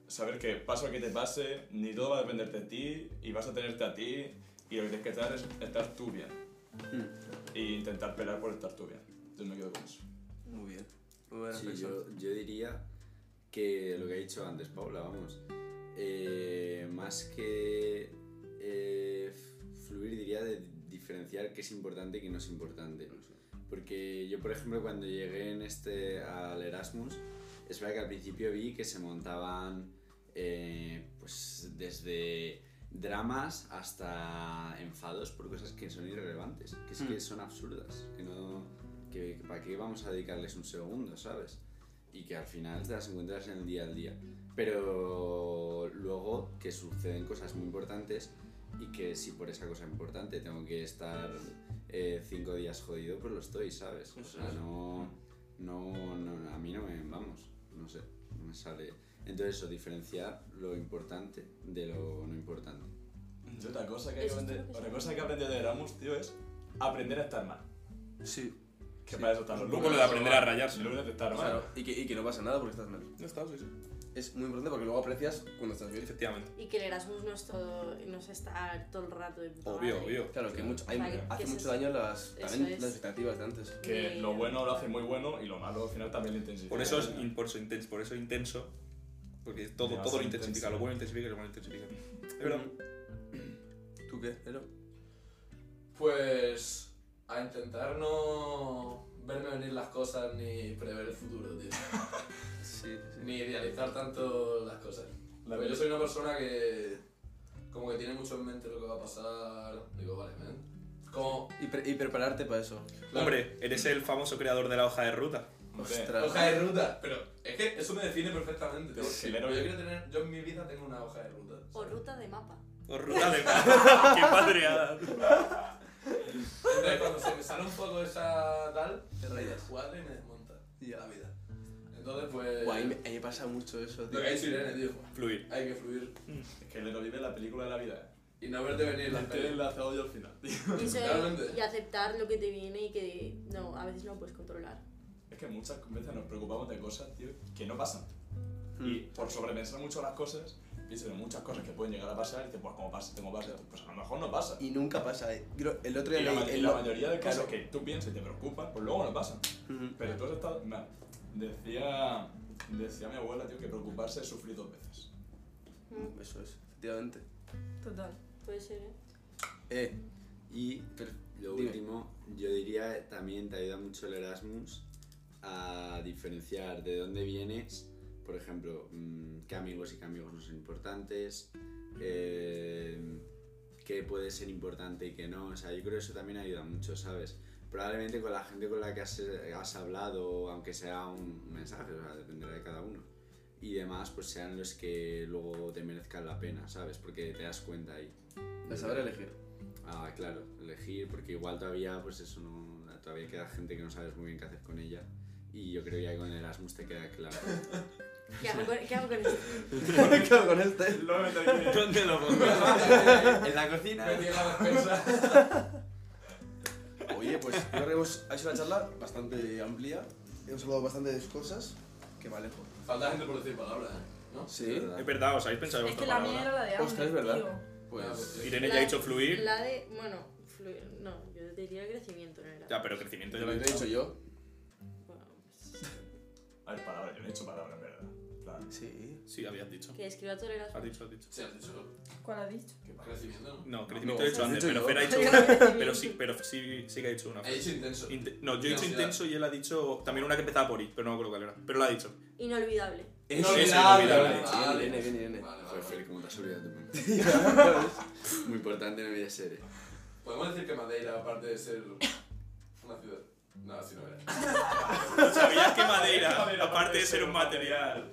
[SPEAKER 1] saber que pase lo que te pase, ni todo va a depender de ti y vas a tenerte a ti y lo que tienes que estar es estar tú bien. Y intentar pelear por estar tú bien. Entonces me quedo con eso.
[SPEAKER 8] Muy bien. Muy buena
[SPEAKER 7] Sí,
[SPEAKER 8] reflexión.
[SPEAKER 7] yo, yo diría que lo que ha dicho antes Paula, vamos, eh, más que eh, fluir diría de diferenciar qué es importante y qué no es importante. Porque yo, por ejemplo, cuando llegué en este, al Erasmus, es verdad que al principio vi que se montaban eh, pues desde dramas hasta enfados por cosas que son irrelevantes, que es que son absurdas, que no que, para qué vamos a dedicarles un segundo, ¿sabes? Y que al final te las encuentras en el día al día. Pero luego que suceden cosas muy importantes y que si por esa cosa importante tengo que estar eh, cinco días jodido, pues lo estoy, ¿sabes? O sea, no, no, no, a mí no me, vamos, no sé, no me sale. Entonces eso, diferenciar lo importante de lo no importante.
[SPEAKER 1] Yo otra cosa que, he
[SPEAKER 4] Eso es
[SPEAKER 1] aprende-
[SPEAKER 4] todo lo que
[SPEAKER 1] otra
[SPEAKER 4] sé.
[SPEAKER 1] cosa que he aprendido de Erasmus, tío, es aprender a estar mal.
[SPEAKER 8] Sí.
[SPEAKER 1] Que para eso están los
[SPEAKER 6] Un
[SPEAKER 1] lunes.
[SPEAKER 6] poco lo de aprender a rayarse.
[SPEAKER 1] Los lunes de estar mal.
[SPEAKER 8] Claro, y que, y que no pasa nada porque estás mal.
[SPEAKER 6] No está, sí, sí.
[SPEAKER 8] Es muy importante porque luego aprecias cuando estás bien.
[SPEAKER 6] Efectivamente.
[SPEAKER 4] Y que el Erasmus no es todo, no es estar todo el rato de puta
[SPEAKER 6] Obvio,
[SPEAKER 4] madre.
[SPEAKER 6] obvio.
[SPEAKER 8] Claro, que mucho, hay-
[SPEAKER 4] Vale,
[SPEAKER 8] hace
[SPEAKER 4] que eso
[SPEAKER 8] mucho
[SPEAKER 4] es-
[SPEAKER 8] daño las, también
[SPEAKER 4] eso es.
[SPEAKER 8] las expectativas de antes.
[SPEAKER 1] Que
[SPEAKER 4] Ni-
[SPEAKER 1] lo bueno lo hace muy bueno y lo malo al final también lo intensifica.
[SPEAKER 6] Por eso es in- por eso intenso, por eso intenso. Porque todo,
[SPEAKER 1] Ya,
[SPEAKER 6] todo lo
[SPEAKER 1] sí,
[SPEAKER 6] intensifica,
[SPEAKER 1] intenso.
[SPEAKER 6] lo bueno intensifica y lo malo intensifica. Es verdad.
[SPEAKER 8] ¿Tú qué, Ero?
[SPEAKER 3] Pues a intentar no verme venir las cosas ni prever el futuro, tío.
[SPEAKER 8] [laughs] Sí,
[SPEAKER 3] Ni idealizar tanto las cosas. Pero yo soy una persona que como que tiene mucho en mente lo que va a pasar. Digo, vale, ven. Como
[SPEAKER 8] Y, pre- y prepararte para eso.
[SPEAKER 6] Hombre, eres el famoso creador de la hoja de [laughs] ruta.
[SPEAKER 8] Ostras.
[SPEAKER 3] hoja de ruta. Pero es que eso me define perfectamente. tío.
[SPEAKER 1] Sí.
[SPEAKER 3] Pero yo quiero tener. Yo en mi vida tengo una hoja de ruta. ¿sabes?
[SPEAKER 4] O ruta de mapa.
[SPEAKER 6] O ruta de... ¡Qué [laughs] padreada!
[SPEAKER 3] Entonces cuando se me sale un poco esa tal,
[SPEAKER 8] Te rayas.
[SPEAKER 3] cuadra y me desmonta
[SPEAKER 8] Ya.
[SPEAKER 3] la vida. Entonces pues.
[SPEAKER 8] Guay, me, a mí me pasa mucho eso, tío.
[SPEAKER 3] Lo que ha
[SPEAKER 8] [laughs]
[SPEAKER 3] dicho Irene, tío.
[SPEAKER 6] Fluir.
[SPEAKER 3] Hay que fluir.
[SPEAKER 1] Es que le vive la película de la vida.
[SPEAKER 3] Y no verte venir las
[SPEAKER 1] La he
[SPEAKER 3] pelis.
[SPEAKER 1] enlazado yo al final. tío.
[SPEAKER 4] Y, eso es-
[SPEAKER 3] Totalmente.
[SPEAKER 4] y aceptar lo que te viene y que no, a veces no puedes controlar.
[SPEAKER 1] Es que muchas veces nos preocupamos de cosas, tío, que no pasan. Y por sobrepensar mucho las cosas, piensas en muchas cosas que pueden llegar a pasar y dices, pues como pasa, tengo pasa, pues a lo mejor no pasa. Y,
[SPEAKER 8] Y nunca pasa. eh. Creo- El otro día
[SPEAKER 1] la, ma-
[SPEAKER 8] leí-
[SPEAKER 1] y
[SPEAKER 8] el-
[SPEAKER 1] la mayoría de cosas
[SPEAKER 8] Claro.
[SPEAKER 1] que tú piensas y te preocupan, pues luego no pasan.
[SPEAKER 8] Ujú.
[SPEAKER 1] Pero tú has estado... mira, decía, decía mi abuela, tío, que preocuparse es sufrir dos veces.
[SPEAKER 3] Mm.
[SPEAKER 8] Eso es, efectivamente.
[SPEAKER 9] Total.
[SPEAKER 4] Puede ser, ¿eh?
[SPEAKER 8] Eh,
[SPEAKER 3] [laughs]
[SPEAKER 7] Y lo
[SPEAKER 8] Dime.
[SPEAKER 7] último, yo diría eh, también te ayuda mucho el Erasmus a diferenciar de dónde vienes, por ejemplo, mm, qué amigos y qué amigos no son importantes, eh, qué puede ser importante y qué no. O sea, yo creo que eso también ayuda mucho, ¿sabes? Probablemente con la gente con la que has, eh, has hablado, aunque sea un mensaje, o sea, dependerá de cada uno. Y demás, pues sean los que luego te merezcan la pena, ¿sabes? Porque te das cuenta ahí.
[SPEAKER 8] de saber elegir.
[SPEAKER 7] Ah, claro, elegir, porque igual todavía, pues eso no, todavía queda gente que no sabes muy bien qué hacer con ella. Y yo creo que ya con el Erasmus te queda claro.
[SPEAKER 4] ¿Qué hago con, qué hago con esto?
[SPEAKER 8] claro, con este.
[SPEAKER 1] Lo meto aquí.
[SPEAKER 7] ¿Dónde lo pongo? en la cocina.
[SPEAKER 3] Me tiene la despensa.
[SPEAKER 8] Oye, pues yo creo que hemos ha sido una charla bastante amplia. Hemos hablado bastante de cosas que me alejo.
[SPEAKER 3] Falta gente por decir palabras, ¿eh? ¿no?
[SPEAKER 8] Sí.
[SPEAKER 6] Es verdad, os habéis pensado en
[SPEAKER 9] Es que
[SPEAKER 6] vuestra
[SPEAKER 9] la mía
[SPEAKER 6] palabra.
[SPEAKER 9] era la de hambre,
[SPEAKER 8] Ostras, es verdad.
[SPEAKER 9] tío.
[SPEAKER 3] Ah, pues
[SPEAKER 8] Pues
[SPEAKER 3] sí.
[SPEAKER 6] Irene ya ha dicho fluir.
[SPEAKER 4] La de, bueno, fluir, no, yo diría crecimiento, en
[SPEAKER 6] Ya, pero crecimiento ya
[SPEAKER 8] lo
[SPEAKER 6] lo
[SPEAKER 8] que
[SPEAKER 6] he
[SPEAKER 8] he dicho
[SPEAKER 6] dicho.
[SPEAKER 8] yo.
[SPEAKER 4] Bueno, pues,
[SPEAKER 1] A ver, palabras, yo no he dicho palabras, en verdad. En plan,
[SPEAKER 8] Sí.
[SPEAKER 6] Sí, habías dicho.
[SPEAKER 4] que escriba todo el
[SPEAKER 6] Has
[SPEAKER 4] Erasmus.
[SPEAKER 6] dicho, has dicho.
[SPEAKER 3] Sí, has dicho
[SPEAKER 9] ¿Cuál has dicho?
[SPEAKER 3] crecimiento, ¿no?
[SPEAKER 6] No, crecimiento
[SPEAKER 8] No,
[SPEAKER 6] he dicho
[SPEAKER 8] lo he
[SPEAKER 6] antes,
[SPEAKER 8] dicho
[SPEAKER 6] pero
[SPEAKER 8] yo.
[SPEAKER 6] Fer ha
[SPEAKER 9] [laughs]
[SPEAKER 6] dicho una. Pero sí, pero sí, sí que ha dicho una.
[SPEAKER 3] He dicho intenso.
[SPEAKER 6] Inte- no, yo he dicho
[SPEAKER 3] Intensidad.
[SPEAKER 6] intenso y él ha dicho también una que empezaba por I, pero no me acuerdo cuál era. Pero la ha dicho.
[SPEAKER 4] Inolvidable.
[SPEAKER 6] Eso es
[SPEAKER 3] Inolvidable.
[SPEAKER 6] inolvidable.
[SPEAKER 3] Vale.
[SPEAKER 8] Irene, viene, Irene.
[SPEAKER 3] Vale, vale,
[SPEAKER 7] Joder,
[SPEAKER 3] vale.
[SPEAKER 7] Felipe, ¿cómo te has olvidado tú?
[SPEAKER 3] [laughs]
[SPEAKER 7] Muy importante en mi serie.
[SPEAKER 3] Podemos decir que Madeira, aparte de ser una ciudad. No, así no era.
[SPEAKER 6] ¿Sabías que madera, aparte de ser un material?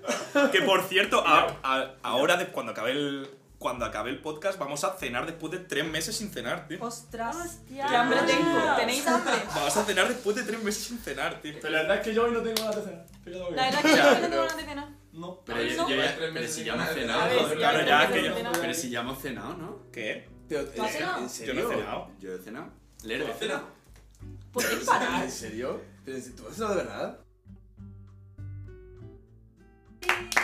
[SPEAKER 6] Que por cierto, a- a- ahora de- cuando acabe el. Cuando acabe el podcast, vamos a cenar después de tres meses sin cenar, tío.
[SPEAKER 9] Ostras.
[SPEAKER 4] Hostia.
[SPEAKER 9] ¡Qué hambre tengo! ¿Tenéis hambre?
[SPEAKER 6] [laughs] Vamos a cenar después de tres meses sin cenar, tío.
[SPEAKER 1] Pero la verdad es que yo hoy no tengo nada que hacer. Fíjate lo que-
[SPEAKER 9] La verdad es que yo no tengo ganas de cenar.
[SPEAKER 3] No.
[SPEAKER 7] Pero,
[SPEAKER 3] A
[SPEAKER 7] ya-
[SPEAKER 3] no.
[SPEAKER 7] ya- ya-
[SPEAKER 3] Tres
[SPEAKER 7] pero
[SPEAKER 3] meses
[SPEAKER 7] si
[SPEAKER 3] y
[SPEAKER 7] ya hemos
[SPEAKER 3] medio.
[SPEAKER 7] cenado,
[SPEAKER 4] A ver,
[SPEAKER 7] joder,
[SPEAKER 4] si
[SPEAKER 7] claro,
[SPEAKER 4] ya
[SPEAKER 7] ya
[SPEAKER 4] hemos
[SPEAKER 7] que
[SPEAKER 4] cenado,
[SPEAKER 7] yo-
[SPEAKER 4] cenado.
[SPEAKER 7] Pero si ya hemos cenado, ¿no?
[SPEAKER 6] ¿Qué?
[SPEAKER 8] Pero,
[SPEAKER 5] ¿Tú has cenado?
[SPEAKER 8] ¿En
[SPEAKER 6] Yo
[SPEAKER 8] serio?
[SPEAKER 6] no he cenado.
[SPEAKER 7] Yo he cenado. Ler,
[SPEAKER 3] ¿Tú has cenado?
[SPEAKER 9] ¿Puedes parar?
[SPEAKER 8] ¿En serio? ¿Pero, ¿Tú has cenado de verdad?